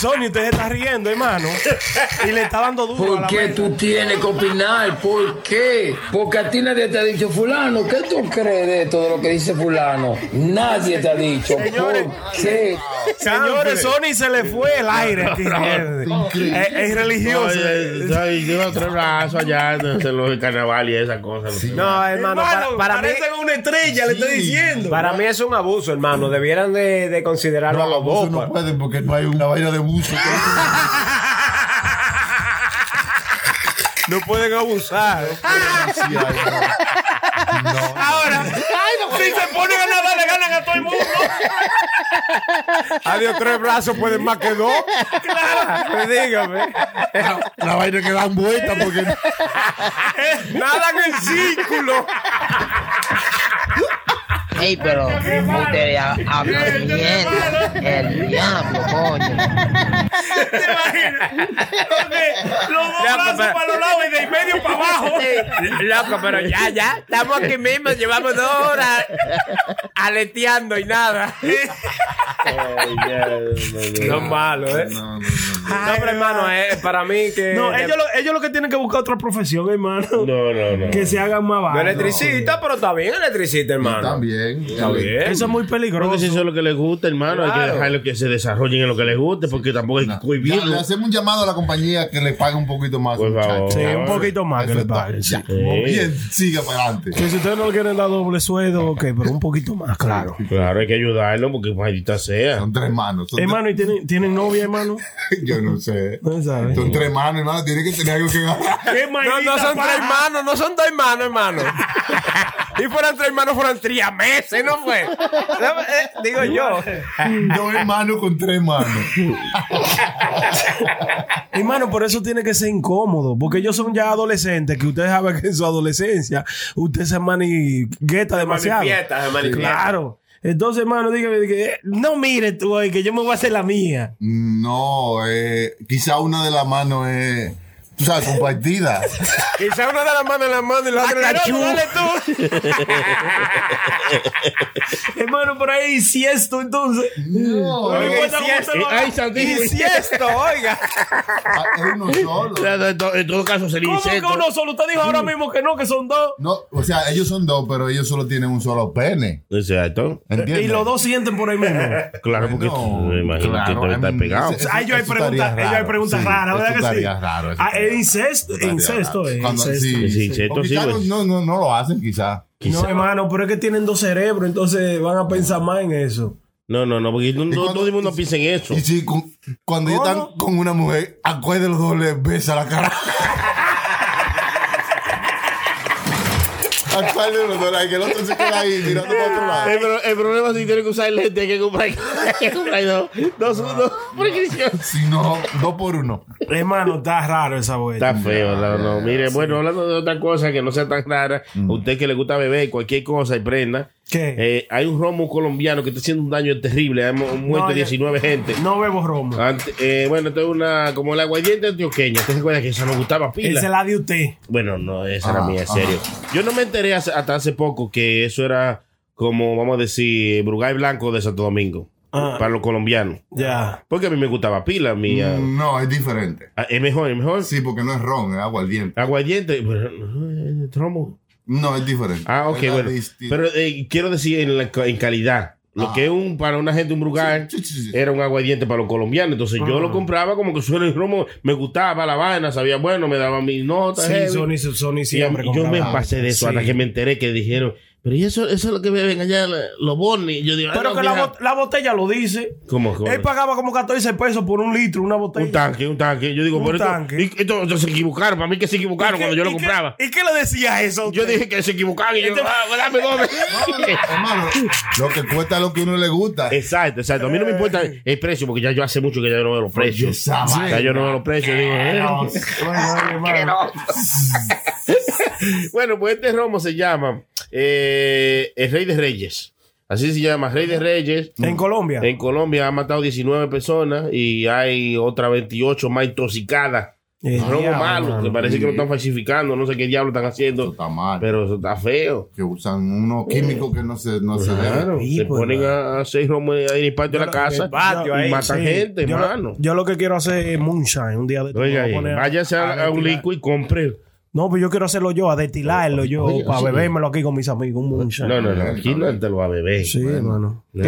S5: Sony, usted se está riendo, hermano. Y le está dando duro. a
S9: ¿Por
S5: la
S9: qué
S5: mesa.
S9: tú tienes que opinar? ¿Por qué? Porque a ti nadie te ha dicho, fulano, ¿qué tú crees de todo lo que dice fulano? Nadie te ha dicho.
S5: Señores.
S9: ¿Por qué?
S5: Señores, Sony se le fue el aire. aquí. es, es religioso.
S4: Oye, ¿sabes? Yo tengo tres brazos allá en los carnaval y esas cosas.
S3: No, hermano, para, para mí,
S15: parecen una estrella, le estoy diciendo.
S3: para mí es un abuso, hermano. Debieran de, de considerarlo a
S6: No,
S3: los
S6: abuso
S3: dos.
S6: no
S3: pa-
S6: pueden porque no hay una vaina de buzo.
S5: No pueden abusar.
S6: Sí, hay, no. No.
S15: Ahora, si se ponen a nadar, le ganan a todo el mundo.
S3: Adiós, tres brazos pueden más que dos. Pues dígame.
S6: La vaina que dan vuelta porque
S5: Nada en el círculo.
S17: Ey, pero ustedes ha- hablan mierda. El diablo, coño.
S15: ¿Te imaginas? Donde Los dos brazos para los lados y de en medio para abajo.
S2: Loco, pero ya, ya. Estamos aquí mismo, llevamos dos horas aleteando y nada.
S3: No es malo, ¿eh? No, pero hermano, eh, para mí que.
S5: No, ellos lo, ellos lo que tienen que buscar otra profesión, hermano.
S4: No, no, no.
S5: Que se hagan más
S3: No,
S5: bajos.
S3: electricista, pero está bien electricista, hermano.
S6: también.
S3: Está bien.
S5: Eso es muy
S4: Creo que si eso
S5: peligroso.
S4: es lo que les gusta, hermano, hay que
S3: Claro.
S4: dejarlo que se desarrollen en lo que les guste, porque tampoco hay que
S6: Ya, le
S4: cohibirlo.
S6: hacemos un llamado a la compañía que le pague un poquito más.
S4: Por
S6: muchachos.
S4: favor.
S5: Sí, un poquito más que
S6: Eso
S5: le
S6: está.
S5: paguen. sí.
S6: Ya, muy bien, siga para adelante.
S5: Que si ustedes no le quieren dar doble sueldo, ok, pero un poquito más, claro.
S4: Claro, hay que ayudarlo, porque maldita sea.
S6: Son tres manos. son
S5: Hermano, ¿y tienen, tienen novia, hermano?
S6: tres- Yo no sé.
S5: No sabe.
S6: Son tres manos, hermano. Tiene que tener algo que ganar.
S2: No,
S15: Qué
S2: no
S15: maldita
S2: son
S15: paja.
S2: tres hermanos, no son dos hermanos, hermano. Y fueran tres hermanos, fueran triameses, ¿no fue? Eh, Digo yo.
S6: Dos hermanos con tres manos.
S5: Hermano, por eso tiene que ser incómodo, porque ellos son ya adolescentes, que ustedes saben que en su adolescencia usted se manigueta demasiado.
S3: manifiesta, se manifiesta.
S5: Claro. Entonces, hermano, dígame, dígame, eh, no mire tú, eh, que yo me voy a hacer la mía.
S6: No, eh, quizá una de las manos es tú sabes, compartida.
S15: Quizá uno da la mano en la mano y la otra en la
S6: Asqueroso,
S15: chu.
S6: dale
S15: Hermano, por ahí siesto, entonces. No,
S6: oiga,
S15: me importa
S6: y
S15: cómo se
S6: siesto.
S15: lo haga.
S6: Ay, santísimo.
S15: Y siesto, oiga.
S6: Es uno solo.
S4: En todo caso, sería
S15: ¿Cómo que uno solo? Usted dijo ahora mismo que no, que son dos.
S6: No, o sea, ellos son dos, pero ellos solo tienen un solo pene.
S4: Exacto.
S6: ¿Entiendes?
S15: Y los dos sienten por ahí mismo.
S4: Claro, porque
S6: No,
S4: me imagino
S6: claro,
S4: que debe estar
S6: I mean,
S4: pegado.
S6: ese-
S15: Ay, yo hay
S6: eso estaría
S15: preguntas, ellos hay
S6: raro,
S15: preguntas
S6: sí,
S15: raras, ¿verdad
S6: eso
S15: que sí?
S6: estaría raro, eso
S15: Ah,
S6: estaría
S15: es incesto, es incesto, es
S6: Cuando-
S15: incesto.
S6: sí,
S4: Sí,
S6: sí.
S4: incesto,
S6: O
S4: sí,
S6: quizá
S4: güey.
S6: no, no, no lo hacen, quizá.
S5: No,
S4: Quizá.
S5: hermano, pero es que tienen dos cerebros, entonces van a pensar más en eso.
S4: No, no, no, porque no, no todo el mundo piensa en eso.
S6: Y si cu- cuando ellos están con una mujer, a cuál de los dos le besa la cara. ¿A cuál de los dos? La que el otro se queda ahí mirando para otro lado.
S4: El, pro- el problema es que tiene que usar el lente, hay que comprar, hay que comprar dos, dos, dos prescripciones.
S6: Si no, dos por uno.
S5: Hermano, está raro esa vuelta.
S4: Está feo, no, no. Mire, bueno, hablando de otra cosa que no sea tan rara, a usted que le gusta beber cualquier cosa y prenda, eh, hay un romo colombiano que está haciendo un daño terrible, han mu- han muerto
S5: No, ya-
S4: 19 gente.
S5: No bebo romo.
S4: Ante- eh, bueno, esto es una, como el aguardiente antioqueño, usted se acuerda que esa nos gustaba pila.
S5: Esa es la de usted.
S4: Bueno, no, esa
S5: Ah,
S4: era mía, en
S5: ajá.
S4: serio. Yo no me enteré hace- hasta hace poco que eso era como, vamos a decir, Brugay Blanco de Santo Domingo.
S5: Ah.
S4: Para los colombianos.
S5: Ya.
S4: Porque a mí me gustaba pila, mía.
S6: No, es diferente.
S4: Es mejor, es mejor.
S6: Sí, porque no es ron, es aguardiente.
S4: Aguardiente, pero, eh, romo.
S6: No, es diferente.
S4: Ah, ok,
S6: Es
S4: bueno.
S6: distinto.
S4: Pero eh, quiero decir en, la- en calidad. Lo
S6: Ah.
S4: que es un, para una gente un brugal era un aguardiente para los colombianos. Entonces yo
S5: Ah.
S4: lo compraba como que suena el romo, me gustaba la vaina, sabía bueno, me daba mis notas.
S5: Sí,
S4: heavy.
S5: Sony, Sony
S4: Y a-
S5: siempre.
S4: yo me
S5: compraba.
S4: pasé de
S5: Sí.
S4: eso hasta que me enteré que dijeron, pero ¿y eso, eso es lo que beben allá la- los bonis. Yo digo, "Ah,
S5: Pero que la, bot- la botella lo dice.
S4: ¿Cómo, cómo?
S5: Él pagaba como 14 pesos por un litro, una botella.
S4: Un tanque, un tanque. Yo digo,
S5: Un
S4: pero esto-
S5: tanque.
S4: y- esto, esto se equivocaron. Para mí que se equivocaron
S5: ¿Y qué-
S4: cuando yo lo
S5: y qué-
S4: compraba.
S5: ¿Y qué Este le decía eso?
S4: Yo dije que se equivocaron y yo, ah, dame dos.
S6: Hermano, lo que cuesta es lo que a uno le gusta.
S4: Exacto, exacto. A mí no me importa el precio porque ya yo hace mucho que ya yo no veo los precios.
S6: esa
S4: Ya yo no veo los precios. Digo, eh. bueno, pues este romo se llama eh, El Rey de Reyes. Así se llama, Rey de Reyes.
S5: En Colombia.
S4: En Colombia ha matado 19 personas y hay otras 28 más intoxicadas.
S5: Eh,
S4: romo
S5: diablo,
S4: malo, que
S5: mano.
S4: parece que lo
S5: Sí.
S4: están falsificando, no sé qué diablo están haciendo.
S6: Está mal.
S4: Pero eso está feo.
S6: Que usan unos químicos que no se, no se
S4: Eh, Claro,
S6: deben.
S4: se ponen a, a hacer romo ahí en el patio de la casa y matan
S5: Sí.
S4: gente,
S5: yo, lo-
S4: hermano.
S5: Yo lo que quiero hacer es moonshine un día de
S4: Oiga,
S5: voy
S4: ahí,
S5: a poner a-
S4: váyase a, a un lico y compre.
S5: No, pues yo quiero hacerlo yo, a destilarlo yo,
S4: Oye,
S5: para
S4: sí.
S5: bebérmelo aquí con mis amigos, un moonshine.
S4: No, no, no, aquí no te lo va a beber.
S5: Sí, hermano.
S4: No,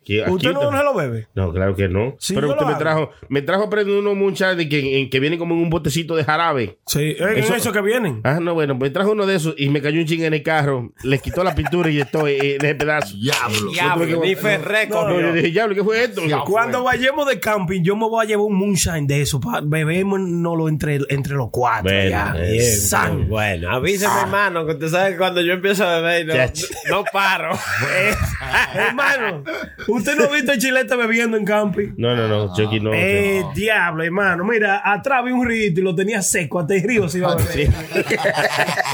S4: aquí- aquí
S5: ¿Usted no,
S4: te-
S5: no se lo bebe?
S4: No, claro que no.
S5: Sí,
S4: Pero
S5: yo
S4: usted
S5: lo
S4: me
S5: hago.
S4: trajo, me trajo prende uno muchachos de que, en- que viene como en un botecito de jarabe.
S5: Sí, eh, eso, que vienen.
S4: Ah, no, bueno, me trajo uno de esos y me cayó un ching en el carro, le quitó la pintura y estoy eh, de pedazo.
S6: Diablo.
S4: Yo tuve que-
S2: ni
S3: Ah,
S2: Ferré
S4: No,
S2: cogió.
S4: yo dije, diablo, ¿qué fue esto?
S5: Cuando vayamos de camping, yo me voy a llevar un moonshine de eso. Pa, bebémonoslo entre, entre los cuatro.
S2: Bueno,
S5: ya.
S2: eh,
S5: Bien,
S2: san.
S5: bien.
S2: Bueno, avíseme, hermano, que usted sabe que cuando yo empiezo a beber, no, no paro.
S5: hermano, ¿usted no ha visto a Chilete bebiendo en camping?
S4: No, no, no, Chucky, no.
S5: eh, diablo, hermano. Mira, atrás vi un río y lo tenía seco. Hasta el río se iba a beber.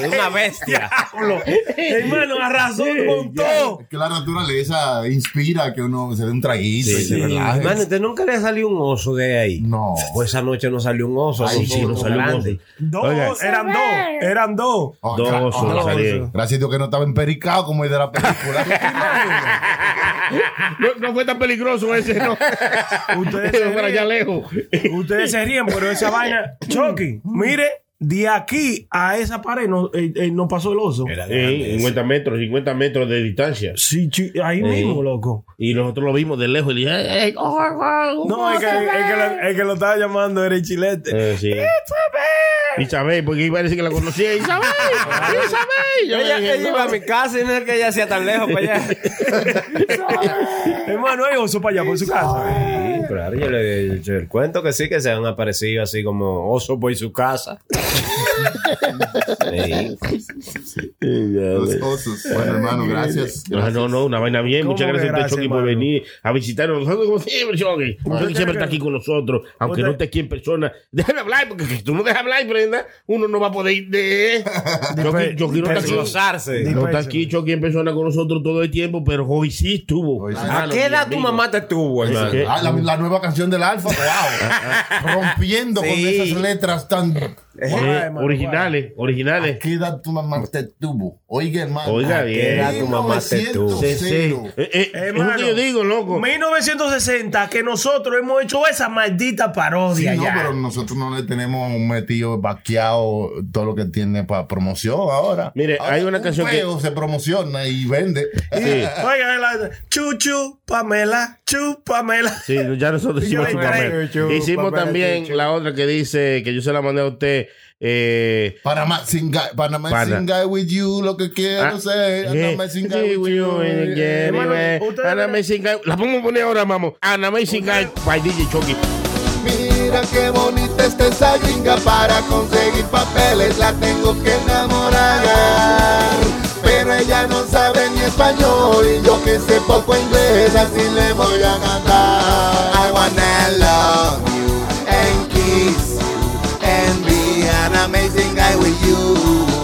S2: Una bestia.
S5: Diablo. hermano, arrasó con todo.
S6: Que la naturaleza inspira que uno se dé un traguito y se relaje.
S2: Hermano, ¿usted nunca le salió un oso de ahí?
S6: No.
S2: Pues esa noche no salió un oso.
S6: Ay,
S2: así,
S6: sí, no
S2: todo
S6: salió un
S2: grande.
S6: oso.
S5: Dos, eran dos, eran dos.
S6: Oh,
S4: Dos
S6: gra-
S4: osos
S6: oh,
S4: salieron.
S6: Gracias a Dios que no estaba empericado como el de la película.
S4: No, no fue tan peligroso ese, no.
S5: Ustedes
S4: Pero
S5: se
S4: para allá
S5: ríen,
S4: lejos.
S5: ustedes se ríen, pero esa vaina. Chucky, mire, de aquí a esa pared no, eh, eh, no pasó el oso.
S4: Eh, 50 metros, 50 metros de distancia.
S5: Sí, chi- ahí mismo, loco.
S4: Y nosotros lo vimos de lejos y dije, "Eh, eh, oh".
S5: No, es que, es que lo, el que lo estaba llamando era el chilete. Eh,
S4: Eh, sí. Isabel, porque iba a decir que la conocía. Isabel, Isabel. Yo le
S2: Ella,
S4: dije,
S2: ella iba a mi casa y no es que ella hacía tan lejos
S3: pues,
S2: para allá.
S5: Hermano, hay oso para allá, por su casa.
S3: Sí, claro, yo le he dicho el cuento que sí, que se han aparecido así como oso por su casa.
S6: Los osos. Bueno, hermano, gracias.
S4: eh, No, no, no, una vaina bien.
S5: ¿Cómo
S4: Muchas
S5: que
S4: gracias a usted,
S5: gracias,
S4: Chucky, por
S5: hermano?
S4: venir a visitarnos. Nosotros, como siempre, Chucky. Chucky siempre está aquí con nosotros, aunque no esté aquí en persona. Déjame hablar, porque si tú no dejas hablar, prenda, uno no va a poder ir de. Chucky, Chucky no está
S2: Desglosarse.
S4: aquí. No está aquí, Chucky en persona con nosotros todo el tiempo, pero hoy sí estuvo.
S6: sí.
S4: Ah, eh,
S2: ¿A qué edad tu
S4: amigo.
S2: mamá te tuvo, hermano?
S4: que-
S6: Ah, la, la nueva canción del Alfa, wow. Rompiendo con
S2: Sí.
S6: esas letras tan
S4: Eh, originales, originales.
S6: ¿A ¿Qué edad tu mamá te tuvo? Oiga, hermano. Ah,
S4: Oiga bien.
S6: ¿Qué edad tu mamá te tuvo?
S4: Sí, sí. Eh, eh, es lo que yo digo, loco.
S5: 1960, que nosotros hemos hecho esa maldita
S6: Sí,
S5: parodia
S6: no,
S5: ya.
S6: pero nosotros no le tenemos un metido vaqueado todo lo que tiene para promoción ahora.
S4: Mire,
S6: Ahora
S4: hay una
S6: un
S4: canción que-
S6: feo se promociona y vende.
S5: Oiga, la- chuchu, Pamela, chu, Pamela.
S4: Sí, ya nosotros
S5: Yo
S4: hicimos
S5: le
S4: su papel.
S5: traigo, yo,
S4: Hicimos
S5: papel,
S4: también
S5: yo.
S4: la otra que dice que yo se la mandé a usted. Eh,
S6: Panamá singa, Panamá
S4: Pana.
S6: singa with you, lo que quiero
S4: Ah,
S6: ser.
S4: yeah.
S6: Panamá singa
S4: Sí,
S6: with you.
S4: eh, yeah,
S6: Hermano,
S4: anyway. Ana Amazing Guy. La vamos a poner ahora, mamo. Ana Amazing Guy by DJ Chucky.
S13: Mira qué bonita está esa gringa para conseguir papeles, la tengo que enamorar. Pero ella no sabe ni español y yo que sé poco inglés, así le voy a cantar. I wanna love you and kiss you and be an amazing guy with you.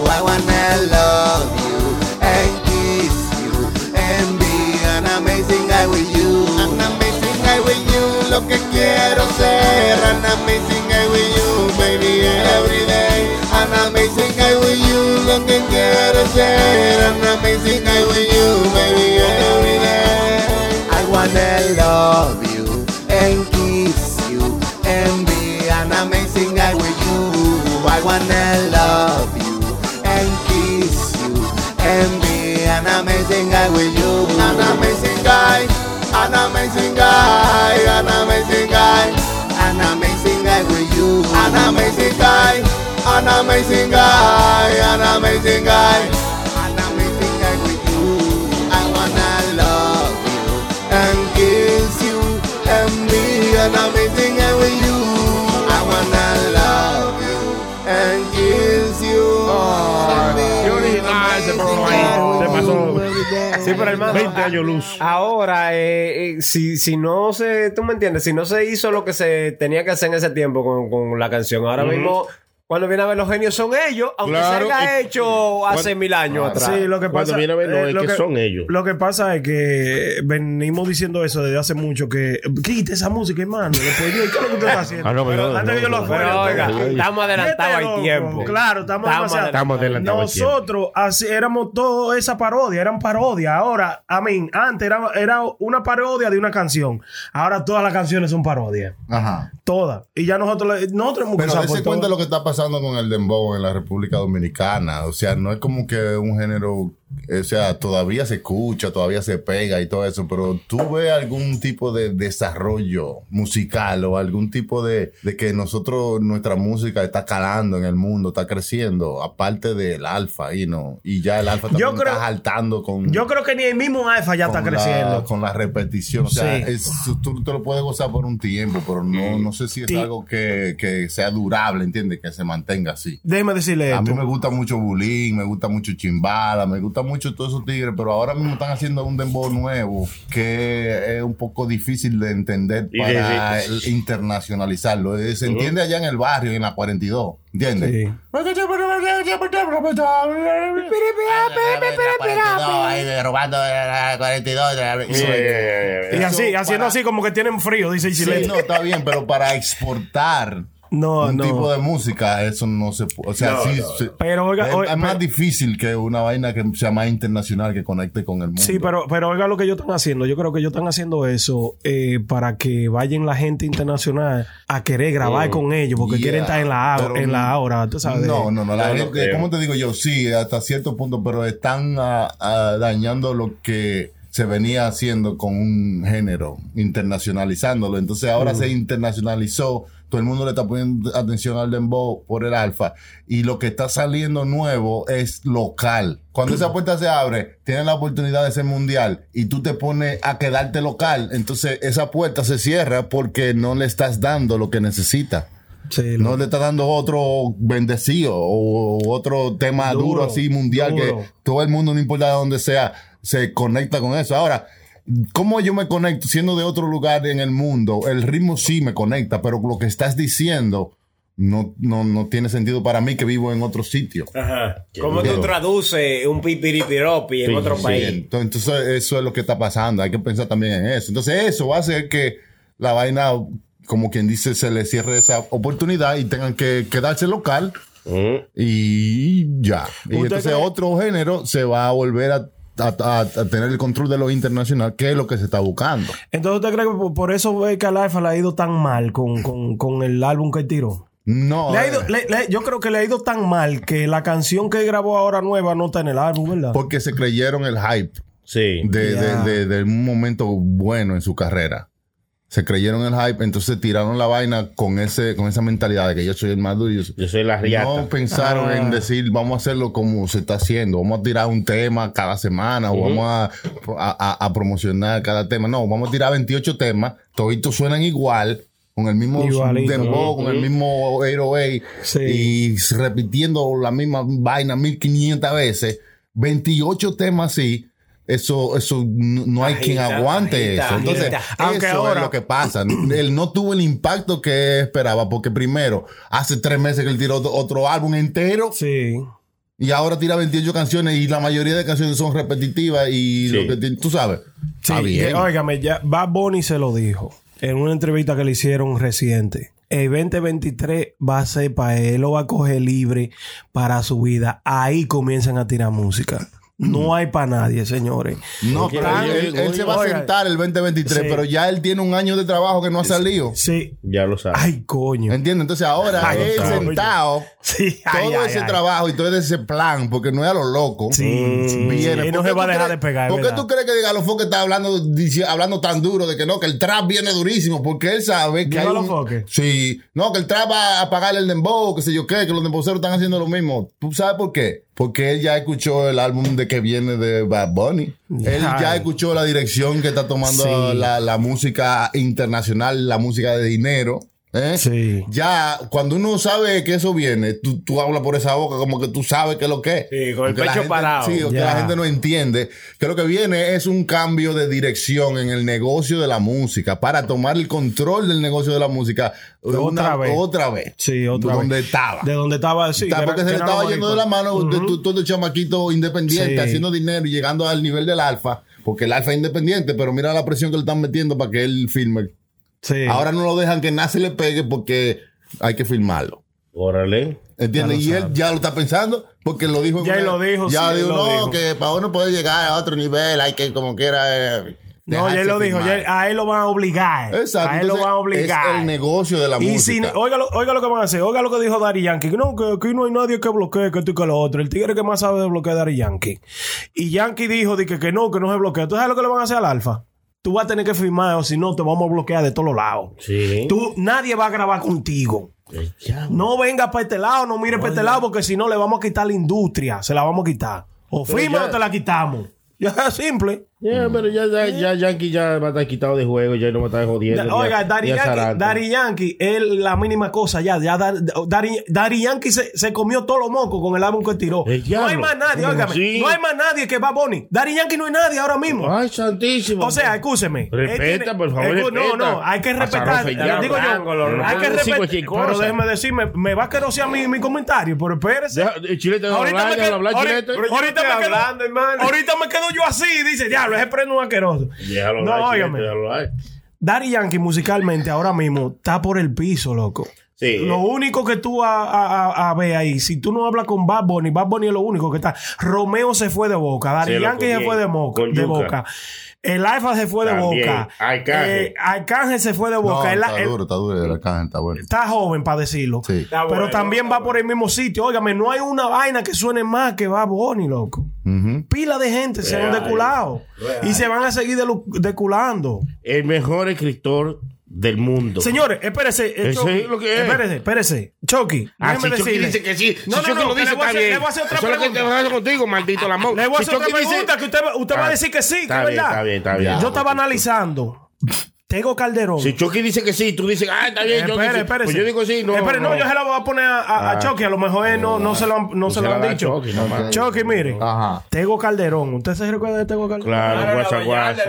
S13: I wanna love you and kiss you and be an amazing guy with you. An amazing guy with you, lo que quiero ser. An amazing guy with you, baby, every day. An amazing guy with you, lo que quiero ser. An amazing guy with you, baby, every day. I wanna love you and kiss you and be an amazing guy with you. I wanna love you and kiss you and be an amazing guy with you. An amazing guy, an amazing guy, an amazing guy, an amazing guy with you. An amazing guy, an amazing guy, an amazing guy, an amazing guy with you. I wanna love you and kiss you and be an amazing guy with you. I wanna love you and kiss you. Oh.
S4: Qué original se pasó ahí. Se pasó.
S3: Sí, pero hermano.
S4: 20 años luz.
S3: Ahora, eh, eh, si, si no se, tú me entiendes, si no se hizo lo que se tenía que hacer en ese tiempo con, con la canción, ahora
S4: Ujú.
S3: mismo, cuando viene a ver los genios son ellos, aunque
S4: Claro,
S3: se haya
S4: y-
S3: hecho hace
S4: cuando-
S3: mil años atrás.
S5: Sí, lo que
S4: Cuando
S5: pasa
S4: viene a ver, no,
S5: eh,
S4: es
S5: lo
S4: que son ellos.
S5: Lo que pasa es que venimos diciendo eso desde hace mucho que quita esa música, hermano. Después, Dios, ¿qué es lo que usted está haciendo?
S4: Ah, no, pero no,
S5: antes
S4: no,
S5: que yo lo
S4: no,
S5: afuera,
S4: no,
S5: entonces,
S4: oiga,
S5: ¿qué?
S4: estamos adelantados
S5: Vete,
S4: al
S5: loco.
S4: tiempo.
S5: Claro, estamos,
S4: Estamos
S5: demasiado-
S4: adelantados. Estamos adelantados al tiempo.
S5: Nosotros así, éramos todos esa parodia, eran parodia. Ahora, a mí, antes era, era una parodia de una canción. Ahora todas las canciones son parodias.
S6: Ajá.
S5: Todas. Y ya nosotros, le- nosotros hemos
S6: Pero
S5: cruzado
S6: dése
S5: por
S6: cuenta
S5: todo.
S6: lo que está pasando con el dembow en la República Dominicana. O sea, no es como que un género, eh, o sea, todavía se escucha, todavía se pega y todo eso, pero tú ves algún tipo de desarrollo musical o algún tipo de, de que nosotros, nuestra música está calando en el mundo, está creciendo, aparte del alfa y no. Y ya el alfa también
S5: creo-
S6: está saltando con...
S5: Yo creo que ni el mismo Alfa ya está
S6: con la-
S5: creciendo.
S6: con la repetición. O sea,
S5: Sí.
S6: es- tú te lo puedes gozar por un tiempo, pero no, no sé si es
S5: Ti-
S6: algo que, que sea durable, ¿entiendes? Que se mantenga así.
S5: Déjeme decirle
S6: A
S5: esto.
S6: mí me gusta mucho Bulín, me gusta mucho Chimbala, me gusta mucho todos esos tigres, pero ahora mismo están haciendo un dembow nuevo que es un poco difícil de entender
S4: Y de-
S6: para
S4: de-
S6: el- internacionalizarlo. Eh, Se entiende allá en el barrio, en la 42, ¿entiendes? Ahí de- robando de la 42. de la-
S5: Y
S6: Eso
S5: así, haciendo así como que tienen frío, dice el
S6: Sí,
S5: chileno.
S6: no, está bien, pero para exportar un
S5: no.
S6: tipo de música, eso no se puede. O sea,
S5: No,
S6: sí.
S5: no,
S6: se-
S5: Pero, oiga,
S6: es,
S5: oiga,
S6: es más difícil que una vaina que sea más internacional, que conecte con el mundo.
S5: Sí, pero, pero oiga lo que ellos están haciendo. Yo creo que ellos están haciendo eso eh, para que vayan la gente internacional a querer grabar
S6: Mm.
S5: con ellos porque
S6: Yeah,
S5: quieren estar en la, au-
S6: pero
S5: en la
S6: no-
S5: aura. ¿tú sabes?
S6: No, no, no. La
S5: Yo
S6: gente,
S5: creo.
S6: ¿Cómo te digo yo? Sí, hasta cierto punto, pero están ah, ah, dañando lo que se venía haciendo con un género, internacionalizándolo. Entonces ahora
S4: Ujú.
S6: se internacionalizó. Todo el mundo le está poniendo atención al dembow por el alfa. Y lo que está saliendo nuevo es local. Cuando esa puerta se abre, tienes la oportunidad de ser mundial y tú te pones a quedarte local. Entonces esa puerta se cierra porque no le estás dando lo que necesita. No le está dando otro bendecido o otro tema duro,
S4: Duro,
S6: así mundial
S4: duro.
S6: que todo el mundo, no importa de dónde sea, se conecta con eso. Ahora, ¿cómo yo me conecto siendo de otro lugar en el mundo? El ritmo sí me conecta, pero lo que estás diciendo no, no, no tiene sentido para mí que vivo en otro sitio.
S3: Ajá. ¿Cómo tú
S6: duro.
S3: traduces un pipiripiropi en
S6: Sí,
S3: otro
S6: sí.
S3: país?
S6: Ento- Entonces, eso es lo que está pasando. Hay que pensar también en eso. Entonces, eso va a hacer que la vaina como quien dice, se les cierre esa oportunidad y tengan que quedarse local. Y ya. Y
S4: ¿Usted
S6: entonces
S4: cree-
S6: otro género se va a volver a, a- a- a tener el control de lo internacional, que es lo que se está buscando.
S5: Entonces, ¿usted cree que por, por eso Beca Life le ha ido tan mal con, con, con el álbum que él tiró?
S6: No.
S5: Le ha ido- le- le- yo creo que le ha ido tan mal que la canción que él grabó ahora nueva no está en el álbum, ¿verdad?
S6: Porque se creyeron el hype de,
S5: Ya.
S6: de- de- de un momento bueno en su carrera. Se creyeron el hype, entonces tiraron la vaina con ese con esa mentalidad de que yo soy el más duro. y Yo,
S4: soy la riata.
S6: No pensaron
S4: Ah.
S6: en decir, vamos a hacerlo como se está haciendo. Vamos a tirar un tema cada semana o vamos a, a- a- a promocionar cada tema. No, vamos a tirar 28 temas. Toditos suenan igual, con el mismo
S5: Igualito.
S6: dembow, con el
S5: Ujú.
S6: mismo 808 y repitiendo la misma vaina 1500 veces, 28 temas así. Eso, eso no no hay quien
S4: Agita,
S6: aguante
S4: agita,
S6: eso. Entonces,
S4: agita.
S6: eso
S4: Aunque ahora-
S6: es lo que pasa. Él no tuvo el impacto que esperaba, porque primero, hace tres meses que él tiró otro, otro álbum entero.
S5: Sí.
S6: Y ahora tira 28 canciones y la mayoría de canciones son repetitivas y lo que ti- tú sabes.
S5: Sí,
S6: está bien.
S5: que, óigame, ya Bad Bunny se lo dijo en una entrevista que le hicieron reciente. El 2023 va a ser para él, lo va a coger libre para su vida. Ahí comienzan a tirar música.
S6: Mm.
S5: No hay para nadie, señores.
S6: No, pero
S5: Tan-
S6: él, él- él se va a
S5: Oiga,
S6: sentar el 2023,
S5: Sí.
S6: pero ya él tiene un año de trabajo que no ha salido.
S5: Sí.
S4: Ya lo sabes.
S5: Ay, coño.
S6: ¿Entiendes? Entonces ahora
S4: Ay,
S6: él
S4: coño.
S6: sentado,
S5: ay,
S6: todo
S5: ay,
S6: ese
S5: ay.
S6: trabajo y todo ese plan, porque no es a lo loco.
S5: Sí, sí.
S6: viene.
S5: Y no
S6: ¿Por qué
S5: se va a
S6: tú
S5: dejar
S6: crees-
S5: de pegar,
S6: ¿Por qué
S5: ¿verdad?
S6: tú crees que Galofoque está hablando, dice- hablando tan duro de que no, que el trap viene durísimo? Porque él sabe que
S5: ¿Dijo
S6: hay un-
S5: Galofoque?
S6: Sí. No, que el trap va a apagar el dembow, que sé yo qué, que los dembowceros están haciendo lo mismo. ¿Tú sabes por qué? Porque él ya escuchó el álbum de que viene de Bad Bunny. Él ya
S4: Ay.
S6: escuchó la dirección que está tomando
S4: Sí.
S6: la, la música internacional, la música de dinero. ¿eh? Ya, cuando uno sabe que eso viene, tú, tú hablas por esa boca como que tú sabes que es lo que es.
S4: Sí, con el
S6: Aunque la
S4: pecho
S6: gente-
S4: parado.
S6: Sí, que
S4: Ya.
S6: la gente no entiende. Que lo que viene es un cambio de dirección en el negocio de la música para tomar el control del negocio de la música
S5: Otra
S6: una-
S5: vez.
S6: Otra vez.
S5: Sí, otra
S6: De
S5: vez.
S6: donde estaba.
S5: De donde estaba, sí.
S6: Está
S5: que
S6: porque
S5: era-
S6: se
S5: que
S6: le
S5: era
S6: estaba
S5: lo
S6: yendo de la mano de
S5: Ujú.
S6: tu- todo el chamaquito independiente,
S5: Sí.
S6: haciendo dinero y llegando al nivel del alfa, porque el alfa es independiente, pero mira la presión que le están metiendo para que él firme. Ahora no lo dejan que nada se le pegue porque hay que firmarlo.
S4: Órale.
S6: ¿Entiendes?
S4: Ya
S6: Y
S4: lo
S6: él ya lo está pensando porque lo dijo. en
S5: Ya él lo dijo,
S6: Ya
S5: sí, él
S6: dijo,
S5: lo
S6: no,
S5: dijo".
S6: que para uno poder llegar a otro nivel hay que como quiera. eh,
S5: No, ya
S6: dejarse
S5: él lo dijo,
S6: firmar.
S5: ya él- a él lo van a obligar.
S6: Exacto,
S5: A él lo
S6: entonces,
S5: van a obligar.
S6: es el negocio de la
S5: y
S6: música.
S5: si no- oiga, lo, oiga lo que van a hacer, oiga lo que dijo Dari Yankee, que no, que aquí no hay nadie que bloquee, que esto y que lo otro. El tigre que más sabe de bloquear es Dari Yankee. Y Yankee dijo de que, que no, que no se bloquea. ¿Tú sabes lo que le van a hacer al Alfa? Tú vas a tener que firmar, o si no, te vamos a bloquear de todos los lados.
S4: Sí.
S5: Tú, nadie va a grabar contigo. No venga para este lado, no mire para este lado, porque si no le vamos a quitar la industria, se la vamos a quitar. O
S4: Pero
S5: firma
S4: ya-
S5: o te la quitamos. Ya es simple.
S4: Ya, pero ya, ya, ya Yankee ya va a estar quitado de juego, ya no va a estar jodiendo.
S5: Da-
S4: ni a-
S5: Oiga, Dari
S4: ni a
S5: Yankee,
S4: Zarato.
S5: Daddy Yankee es la mínima cosa ya. ya Dar- Daddy- Daddy Yankee se, se comió todos los mocos con el álbum que tiró. No hay
S4: diablo.
S5: más nadie,
S4: Mm,
S5: óigame.
S4: sí.
S5: No hay más nadie que va Bunny. Dari Yankee no hay nadie ahora mismo.
S4: Ay, santísimo.
S5: O sea, escúcheme. Él
S4: Ah, Respeta,
S5: tiene-
S4: por favor,
S5: escu-
S4: respeta.
S5: No, no, hay que
S4: Hasta
S5: respetar.
S4: Rafael Llano,
S5: Digo yo,
S4: Ángulo,
S5: hay
S4: Ronaldo,
S5: que
S4: sí, cualquier
S5: respetar.
S4: cosa.
S5: Pero déjeme decirme, me va a querosear mi, mi comentario, pero espérese.
S4: Chilete, deja
S5: ahorita
S4: hablar,
S5: me
S4: deja
S5: quedo,
S4: hablar,
S5: ahorita-
S4: Chilete. Pero yo
S5: ahorita
S4: no
S5: me
S4: estoy
S5: quedo-
S4: hablando, hermano.
S5: ahorita me quedo yo así, dice, diablo, ese prendo es un asqueroso.
S4: Déjalo
S5: No,
S4: hablar, Chilete,
S5: óigame.
S4: déjalo hablar.
S5: Daddy Yankee musicalmente ahora mismo está por el piso, loco.
S4: Sí.
S5: Lo único que tú a, a, a- a ver ahí, si tú no hablas con Bad Bunny, Bad Bunny es lo único que está. Romeo se fue de boca, Daddy
S4: Sí, loco,
S5: Yankee se
S4: bien.
S5: fue de, moca,
S4: Con
S5: de
S4: yuca.
S5: boca, el Alfa se fue
S4: También.
S5: de boca,
S4: Arcángel.
S5: Eh, Arcángel se fue de
S6: No,
S5: boca, El-
S6: está
S5: el-
S6: duro, está duro. La caja está bueno.
S5: está joven para decirlo,
S6: Sí.
S5: pero también va por el mismo sitio. Óigame, no hay una vaina que suene más que Bad Bunny, loco.
S6: Ujú.
S5: Pila de gente se han
S4: Real.
S5: deculado
S4: Real.
S5: y se van a seguir delu- deculando.
S4: El mejor escritor del mundo.
S5: Señores, espérese. eh,
S4: Eso
S5: Chucky.
S4: es lo que es.
S5: Espérese, espérese. Chucky,
S4: Ah, si
S5: déjeme
S4: Chucky
S5: decirle.
S4: dice que sí.
S5: No,
S4: si
S5: no,
S4: Chucky
S5: no,
S4: lo
S5: que
S4: dice,
S5: le voy a
S4: está
S5: hacer-
S4: bien.
S5: le voy a hacer otra
S4: Eso es lo que te
S5: pregunta.
S4: vas a contigo, maldito la
S5: Le voy a hacer otra pregunta que usted, usted va a
S4: Ah,
S5: decir que sí, que
S4: está
S5: es
S4: bien,
S5: verdad.
S4: está bien, está bien. Ah,
S5: Yo estaba analizando. Tego Calderón.
S4: Si Chucky dice que sí, tú dices, ah, está bien, Chucky.
S5: Espere,
S4: sí.
S5: Eh, espérese.
S4: Pues yo digo sí, no.
S5: Espere, no, yo se la voy a poner a, a- a
S4: Ah. Pues
S5: Chucky. A lo mejor él no, no se lo han, no se lo
S4: la
S5: han
S4: da a
S5: dicho.
S4: Chucky,
S5: Chucky,
S4: no más.
S5: mire. Tego Calderón. ¿Usted se recuerda de Tego Calderón?
S4: Claro, guasa, guasa.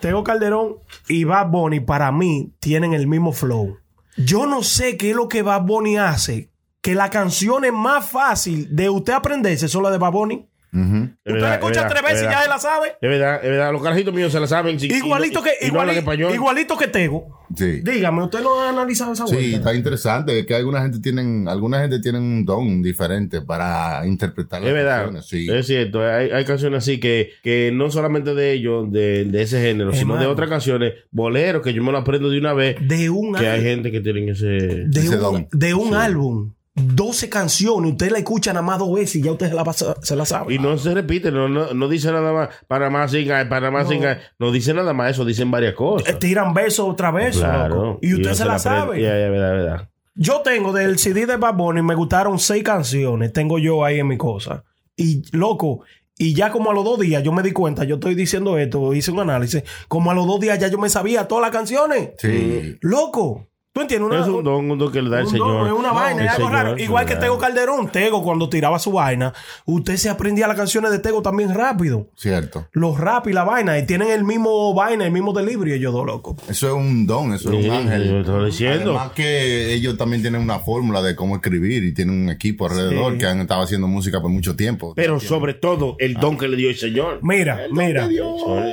S5: Tego Calderón y Bad Bunny para mí tienen el mismo flow. Yo no sé qué es lo que Bad Bunny hace. Que las canciones más fácil de usted aprenderse son las de Bad Bunny.
S4: Es
S5: Usted
S4: verdad,
S5: la
S4: es
S5: escucha
S4: verdad,
S5: tres veces
S4: es
S5: y
S4: verdad.
S5: ya se la sabe.
S4: Es verdad, es verdad. Los carajitos míos se la saben. sí, y no-
S5: Igualito que,
S4: y no hablan
S5: iguali-
S4: español.
S5: igualito que Tego.
S6: Sí.
S5: Dígame, ¿usted no ha analizado esa
S6: Sí,
S5: vuelta?
S6: está interesante. Es que alguna gente tienen, alguna gente tienen un don diferente para interpretar las
S4: Es verdad,
S6: canciones. Sí.
S4: es cierto. Hay, hay canciones así que, que no solamente de ellos, de, de ese género, sino de
S5: Hermano.
S4: otras canciones, boleros, que yo me lo aprendo de una vez.
S5: De un
S4: Que hay
S5: álbum.
S4: gente que tienen ese.
S5: de un, de un álbum, 12 canciones, usted la escucha nada más dos veces y ya usted se la, pasa- se la sabe.
S4: Y no se repite, no, no, no dice nada más. Panamá singa, Panamá
S5: No.
S4: singa. No dice nada más eso, dicen varias cosas.
S5: Tiran verso otra vez, loco. Y usted
S4: uno
S5: se, la,
S4: aprende.
S5: sabe.
S4: Ya, ya, verdad, verdad.
S5: Yo tengo del CD de Bad Bunny, me gustaron seis canciones, tengo yo ahí en mi cosa. Y loco, y ya como a los dos días yo me di cuenta, yo estoy diciendo esto, hice un análisis, como a los dos días ya yo me sabía todas las canciones.
S6: Sí.
S5: Loco, ¿tú entiendes? Una-
S4: es un don, un don que le da el
S5: un
S4: Señor.
S5: don, es una vaina,
S4: El
S5: es algo
S4: Señor,
S5: raro. Igual que
S4: claro.
S5: Tego Calderón, Tego cuando tiraba su vaina, usted se aprendía las canciones de Tego también rápido.
S6: Cierto.
S5: Los rap y la vaina, y tienen el mismo vaina, el mismo delivery, ellos dos locos.
S6: Eso es un don, eso es
S4: Sí,
S6: un ángel.
S4: yo estoy diciendo.
S6: Además que ellos también tienen una fórmula de cómo escribir y tienen un equipo alrededor
S5: Sí.
S6: que han estado haciendo música por mucho tiempo.
S4: Pero sobre todo, el don que le dio el Señor.
S5: Mira, mira.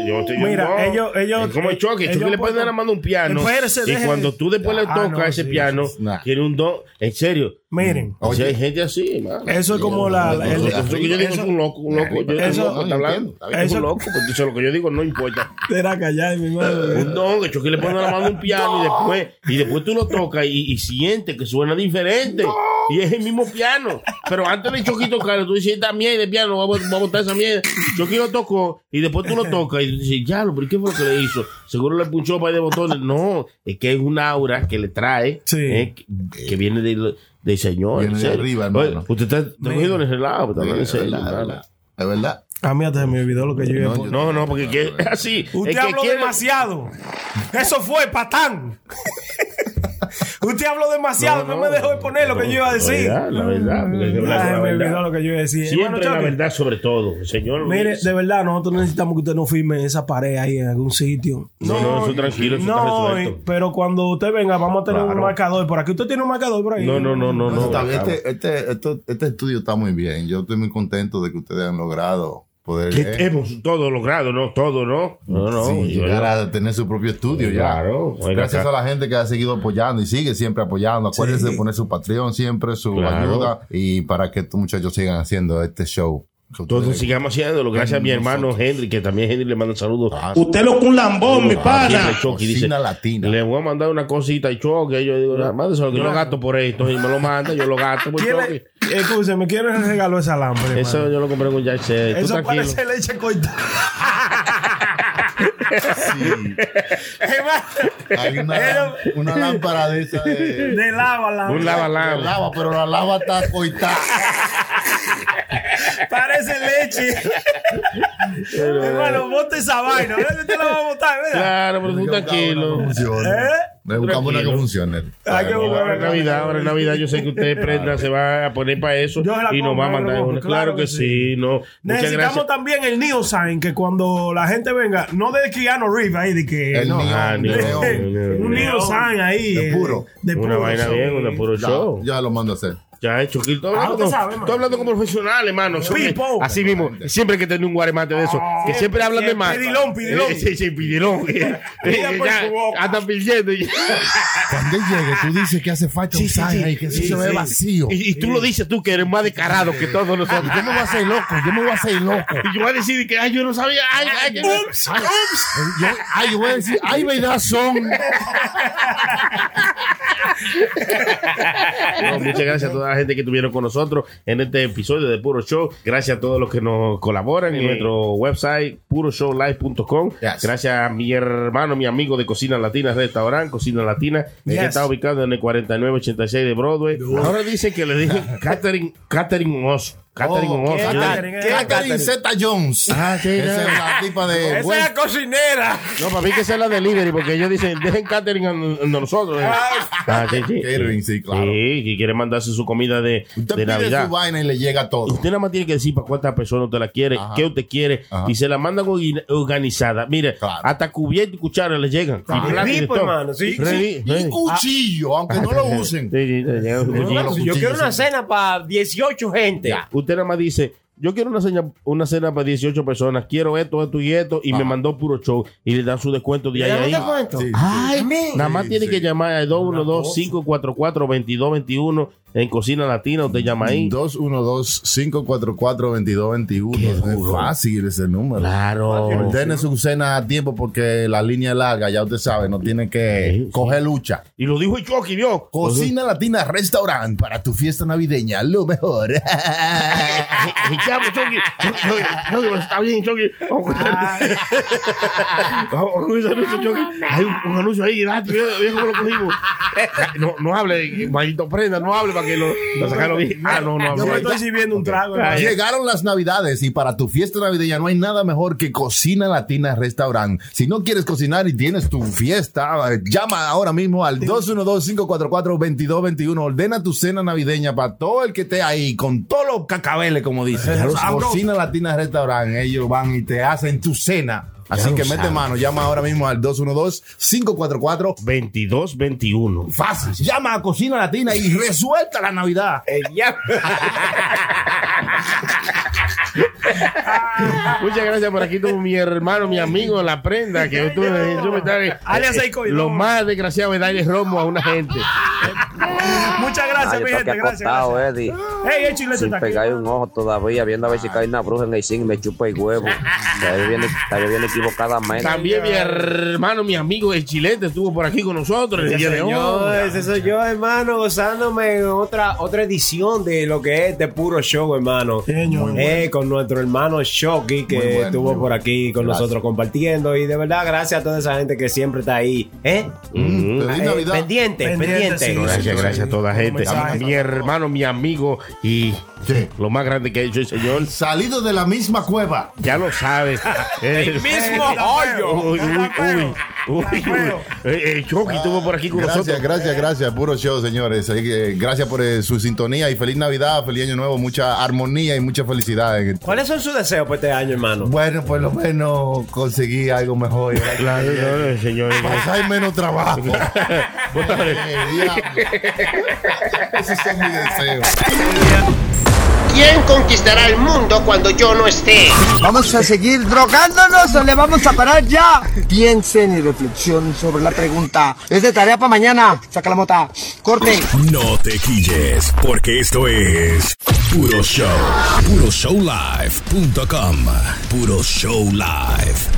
S4: Yo estoy
S5: Mira,
S4: yo, no.
S5: ellos- ellos- eh,
S4: Es como el choque.
S5: ellos
S4: Chucky le pueden
S5: pueden-
S4: dar la mano a un piano.
S5: Espérese,
S4: y
S5: deje-
S4: cuando tú después le
S5: Ah,
S4: tocas
S5: no,
S4: ese
S5: sí,
S4: piano,
S5: sí, sí.
S4: tiene un don. En serio.
S5: Miren.
S4: O sea, hay gente así, mano.
S5: Eso es como la- la- el-
S4: Eso que yo digo es un loco, un loco. Yo
S5: Eso-
S4: eso, está hablando. Está bien, es un
S5: eso-
S4: loco, porque eso es lo que yo digo no importa.
S5: Era callar, mi madre.
S4: Un don, Pues que Chucky le pone la mano a un piano y después, y después tú lo tocas y, y sientes que suena diferente. Y es el mismo piano. Pero antes de Chucky tocarlo, tú dices, esta mierda de piano, vamos a botar esa mierda. Chucky lo tocó y después tú lo tocas y tú dices, ya, lo, ¿pero qué fue lo que le hizo? Seguro le punchó para de botones. No, es que es un aura que le trae, eh, que, que viene del del Señor. en
S6: Viene de
S4: serio.
S6: arriba,
S4: Oye,
S6: hermano.
S4: Usted está cogido en el relajo, pues, está hablando en
S6: Sí, es
S4: serio,
S6: verdad,
S4: hermano.
S6: Es verdad.
S5: A mí hasta se me olvidó lo que yo iba a poner.
S4: No, no, porque que- es así.
S5: Usted
S4: Es que
S5: habló
S4: quiere-
S5: demasiado. Eso fue, patán. Usted habló demasiado. No, me dejó de poner lo que yo iba a decir.
S4: La verdad, la verdad. porque es que
S5: Ah, Mm. Ay,
S4: la
S5: me
S4: verdad.
S5: olvidó lo que yo iba a decir.
S4: Siempre
S5: Hermano
S4: la
S5: Chucky.
S4: verdad sobre todo, señor.
S5: Mire,
S4: Luis.
S5: de verdad, nosotros necesitamos que usted nos firme esa pared ahí en algún sitio.
S4: no, no, eso tranquilo, eso
S5: No,
S4: está resuelto.
S5: eh, pero cuando usted venga, vamos a tener un
S4: Claro.
S5: marcador por aquí. ¿Usted tiene un marcador por ahí?
S4: No, no, no, no, no.
S6: Está bien, este, este, esto- este estudio está muy bien. Yo estoy muy contento de que ustedes han logrado poder
S4: Que
S6: eh,
S4: hemos todo logrado, ¿no? Todo, ¿no? No, no.
S6: sí,
S4: yo-
S6: llegar a tener su propio estudio ya.
S4: Claro, oiga,
S6: Gracias
S4: acá-
S6: a la gente que ha seguido apoyando y sigue siempre apoyando. Acuérdense
S5: Sí.
S6: de poner su Patreon siempre, su
S4: Claro.
S6: ayuda y para que estos muchachos sigan haciendo este show. que ustedes-
S4: Entonces sigamos haciéndolo. Gracias a mi hermano Henry, que también Henry le manda un saludo.
S5: Usted lo que un lambón, mi pana.
S4: Ah, Siempre Chucky dice,
S6: Cocina latina.
S4: le voy a mandar una cosita y Chucky. Yo digo, nada más eso, que yo gasto por esto. Y me lo manda, yo lo gasto por
S5: ¿Quién
S4: Chucky.
S5: le- Escúcheme, ¿quién le regaló ese alambre?
S4: Eso
S5: hermano?
S4: yo lo compré con Jack Seth. Tú
S5: Eso
S4: tranquilo.
S5: parece leche cortada.
S6: Hay una, una lámpara de esa de,
S5: De lava, lava.
S4: Un lava
S6: de Eh, lava, pero la lava está coitada.
S5: Parece leche.
S4: eh.
S5: Hermano, bote esa vaina. Ahora usted la va a botar, ¿verdad?
S4: Claro, pero tú tranquilo.
S5: ¿Eh?
S6: Le buscamos una que
S4: Tranquilo.
S6: funcione.
S5: Hay que buscar
S4: Ahora
S5: una
S4: es Navidad, ahora es Navidad, yo sé que usted prenda se va a poner para eso
S5: Yo se la
S4: y nos va
S5: compro,
S4: a mandar
S5: loco,
S4: una.
S5: claro
S4: Claro que
S5: que
S4: sí, no. Muchas
S5: Necesitamos
S4: gracias.
S5: también el Neo Sign, que cuando la gente venga, no de Keanu Reeves ahí, de que.
S6: El
S5: no,
S6: neon,
S4: Ah, ni-
S6: neon,
S4: ni- ni-
S5: un
S4: ni-
S5: Neo Sign ahí.
S6: De
S5: eh,
S6: puro.
S5: De
S4: Una
S5: puro,
S4: vaina
S5: sí.
S4: bien, una puro
S6: Ya,
S4: show.
S6: ya lo mando a hacer.
S4: Ya he hecho que estoy
S5: Ah,
S4: hablando,
S5: usted
S4: como-
S5: sabe, man.
S4: estoy hablando como profesional, hermano. Siempre-
S5: Pipo.
S4: Así mismo, siempre hay que tener un guaremate de eso. que siempre hablan de
S5: Ah, siempre.
S4: más.
S5: Pidilón, pidilón.
S4: Eh, sí, sí, pidilón. Eh, eh,
S5: por
S4: ya,
S5: su boca.
S4: Andan pidiendo. y-
S6: Cuando él llegue, tú dices que hace falta un sign ahí, que eso se ve vacío.
S4: Y, y tú lo dices tú, que eres más descarado que todos nosotros.
S6: Yo me voy a hacer loco, yo me voy a hacer loco.
S4: Y yo voy a decir que, ay, yo no sabía. Ay, ay, que-
S6: Ay, yo, ay, yo voy a decir, ay, verdad son.
S4: No, muchas gracias a toda la gente que estuvieron con nosotros en este episodio de Puro Show. Gracias a todos los que nos colaboran en nuestro website, puroshowlive.com.
S6: Yes.
S4: Gracias a mi hermano, mi amigo de Cocina Latina, Restaurant, Cocina Latina,
S5: Yes.
S4: que está ubicado en el 4986 de Broadway. Ahora dicen que le dicen Catherine, Catherine Oz. Catherine
S6: Oh,
S4: Oz.
S5: Catherine.
S4: Ah,
S5: Catherine,
S6: Catherine Zeta Jones.
S4: Ah, sí,
S6: Esa
S4: no.
S6: es la tipa de.
S5: Esa es la cocinera.
S4: No, para mí que sea la delivery, porque ellos dicen, dejen Catherine a, a nosotros. Ah, sí, sí.
S6: Catherine, sí, claro.
S4: Sí, que quiere mandarse su comida de,
S6: Usted
S4: de
S6: pide
S4: Navidad.
S6: su vaina y le llega todo.
S4: Usted nada más tiene que decir para cuántas personas usted la quiere,
S6: Ajá.
S4: qué usted quiere,
S6: Ajá.
S4: y se la mandan orgi- organizada. Mire,
S6: Claro.
S4: hasta cubierto y cuchara le llegan. Y plato y de
S2: Ripo,
S4: todo.
S2: hermano, sí,
S4: Ready, ready.
S6: Un cuchillo, aunque no lo usen.
S4: Ah. Sí, sí, le llegan los
S2: Hermano,
S4: cuchillos.
S2: si yo quiero una cena para 18 gente.
S4: Usted nada más dice, yo quiero una, seña- una cena para 18 personas, quiero esto, esto y esto, y me mandó puro show y le dan su descuento de ahí a ahí. Sí, sí. Nada más tiene que llamar al 212-544-2221 en Cocina Latina, usted llama ahí.
S6: 212-544-2221. Es fácil ese número.
S4: Claro.
S6: Ordene su cena a tiempo porque la línea es larga, ya usted sabe, no tiene que coger lucha.
S4: Y lo dijo Chucky, yo.
S6: Cocina Latina Restaurant para tu fiesta navideña, lo mejor.
S4: Chavo, Chucky. Chucky, Chucky, pues, Está bien, Chucky.
S5: Ah,
S4: Luis, anuncio, Chucky. Hay un, un anuncio ahí, gratis, mira, mira cómo lo cogimos. No, no hable, maldito prenda, no hable para que lo, para sacarlo bien. Ah, no, no hable.
S6: Yo me estoy
S4: sirviendo un trago.
S6: Llegaron las navidades y para tu fiesta navideña no hay nada mejor que Cocina Latina Restaurant. Si no quieres cocinar y tienes tu fiesta, eh, llama ahora mismo al 212-544-2221. Ordena tu cena navideña para todo el que esté ahí, con todos los cacabeles, como dicen.
S4: Ya lo sabes.
S6: Cocina Latina Restaurant, ellos van y te hacen tu cena. Así
S4: lo
S6: que mete
S4: sabes.
S6: mano, llama ahora mismo al 212-544-2221. Fácil, llama a Cocina Latina y resuelta la Navidad.
S4: Muchas gracias por aquí tuvo mi hermano, mi amigo, la prenda que yo tuve. Yo me traje,
S15: Alias Seiko y
S4: Eh, Lo
S15: Lomo.
S4: más desgraciado es darle romo a una gente.
S15: Muchas gracias, mi gente. Gracias. gracias.
S3: Ah,
S15: Hey, Echi, le
S18: Sin
S15: está aquí.
S18: pegar un ojo todavía, viendo a ver si cae una bruja en el zinc y me chupa el huevo. Está lloviendo, está lloviendo equivocadamente.
S4: También mi hermano, mi amigo el chilete estuvo por aquí con nosotros el día de hoy.
S3: Señores, ese soy yo, hermano, gozándome en otra, otra edición de lo que es de puro show, hermano. Eh, con nuestro hermano Shoki, que
S6: Muy bueno,
S3: estuvo por aquí con
S6: Gracias.
S3: nosotros compartiendo. Y de verdad, gracias a toda esa gente que siempre está ahí. ¿Eh? Mm,
S6: Feliz
S3: eh,
S6: Navidad.
S3: pendiente, pendiente.
S4: gracias, gracias a toda la gente.
S6: mensaje.
S4: Mi hermano, mi amigo y lo más grande que ha hecho el señor.
S6: Salido de la misma cueva.
S4: Ya lo sabes.
S6: El mismo hoyo.
S4: Uy, uy, uy. Uy, uy. Eh, eh, Chucky estuvo por aquí con
S6: Gracias,
S4: nosotros.
S6: gracias, gracias. Puro show, señores. Eh, eh, Gracias por eh, su sintonía y feliz Navidad, feliz Año Nuevo, mucha armonía y mucha felicidad. en-
S3: ¿Cuáles son sus deseos para este año, hermano?
S6: Bueno, por lo menos conseguí algo mejor.
S4: Claro, claro, señor.
S6: Pues hay menos trabajo. Eh, Esos son mis deseos.
S2: ¿Quién conquistará el mundo cuando yo no esté?
S19: ¿Vamos a seguir drogándonos o le vamos a parar ya? Piensen y reflexionen sobre la pregunta. Es de tarea para mañana. Saca la mota. Corte.
S1: No te quilles, porque esto es Puro Show. PuroShowLive.com. Puro Show Live.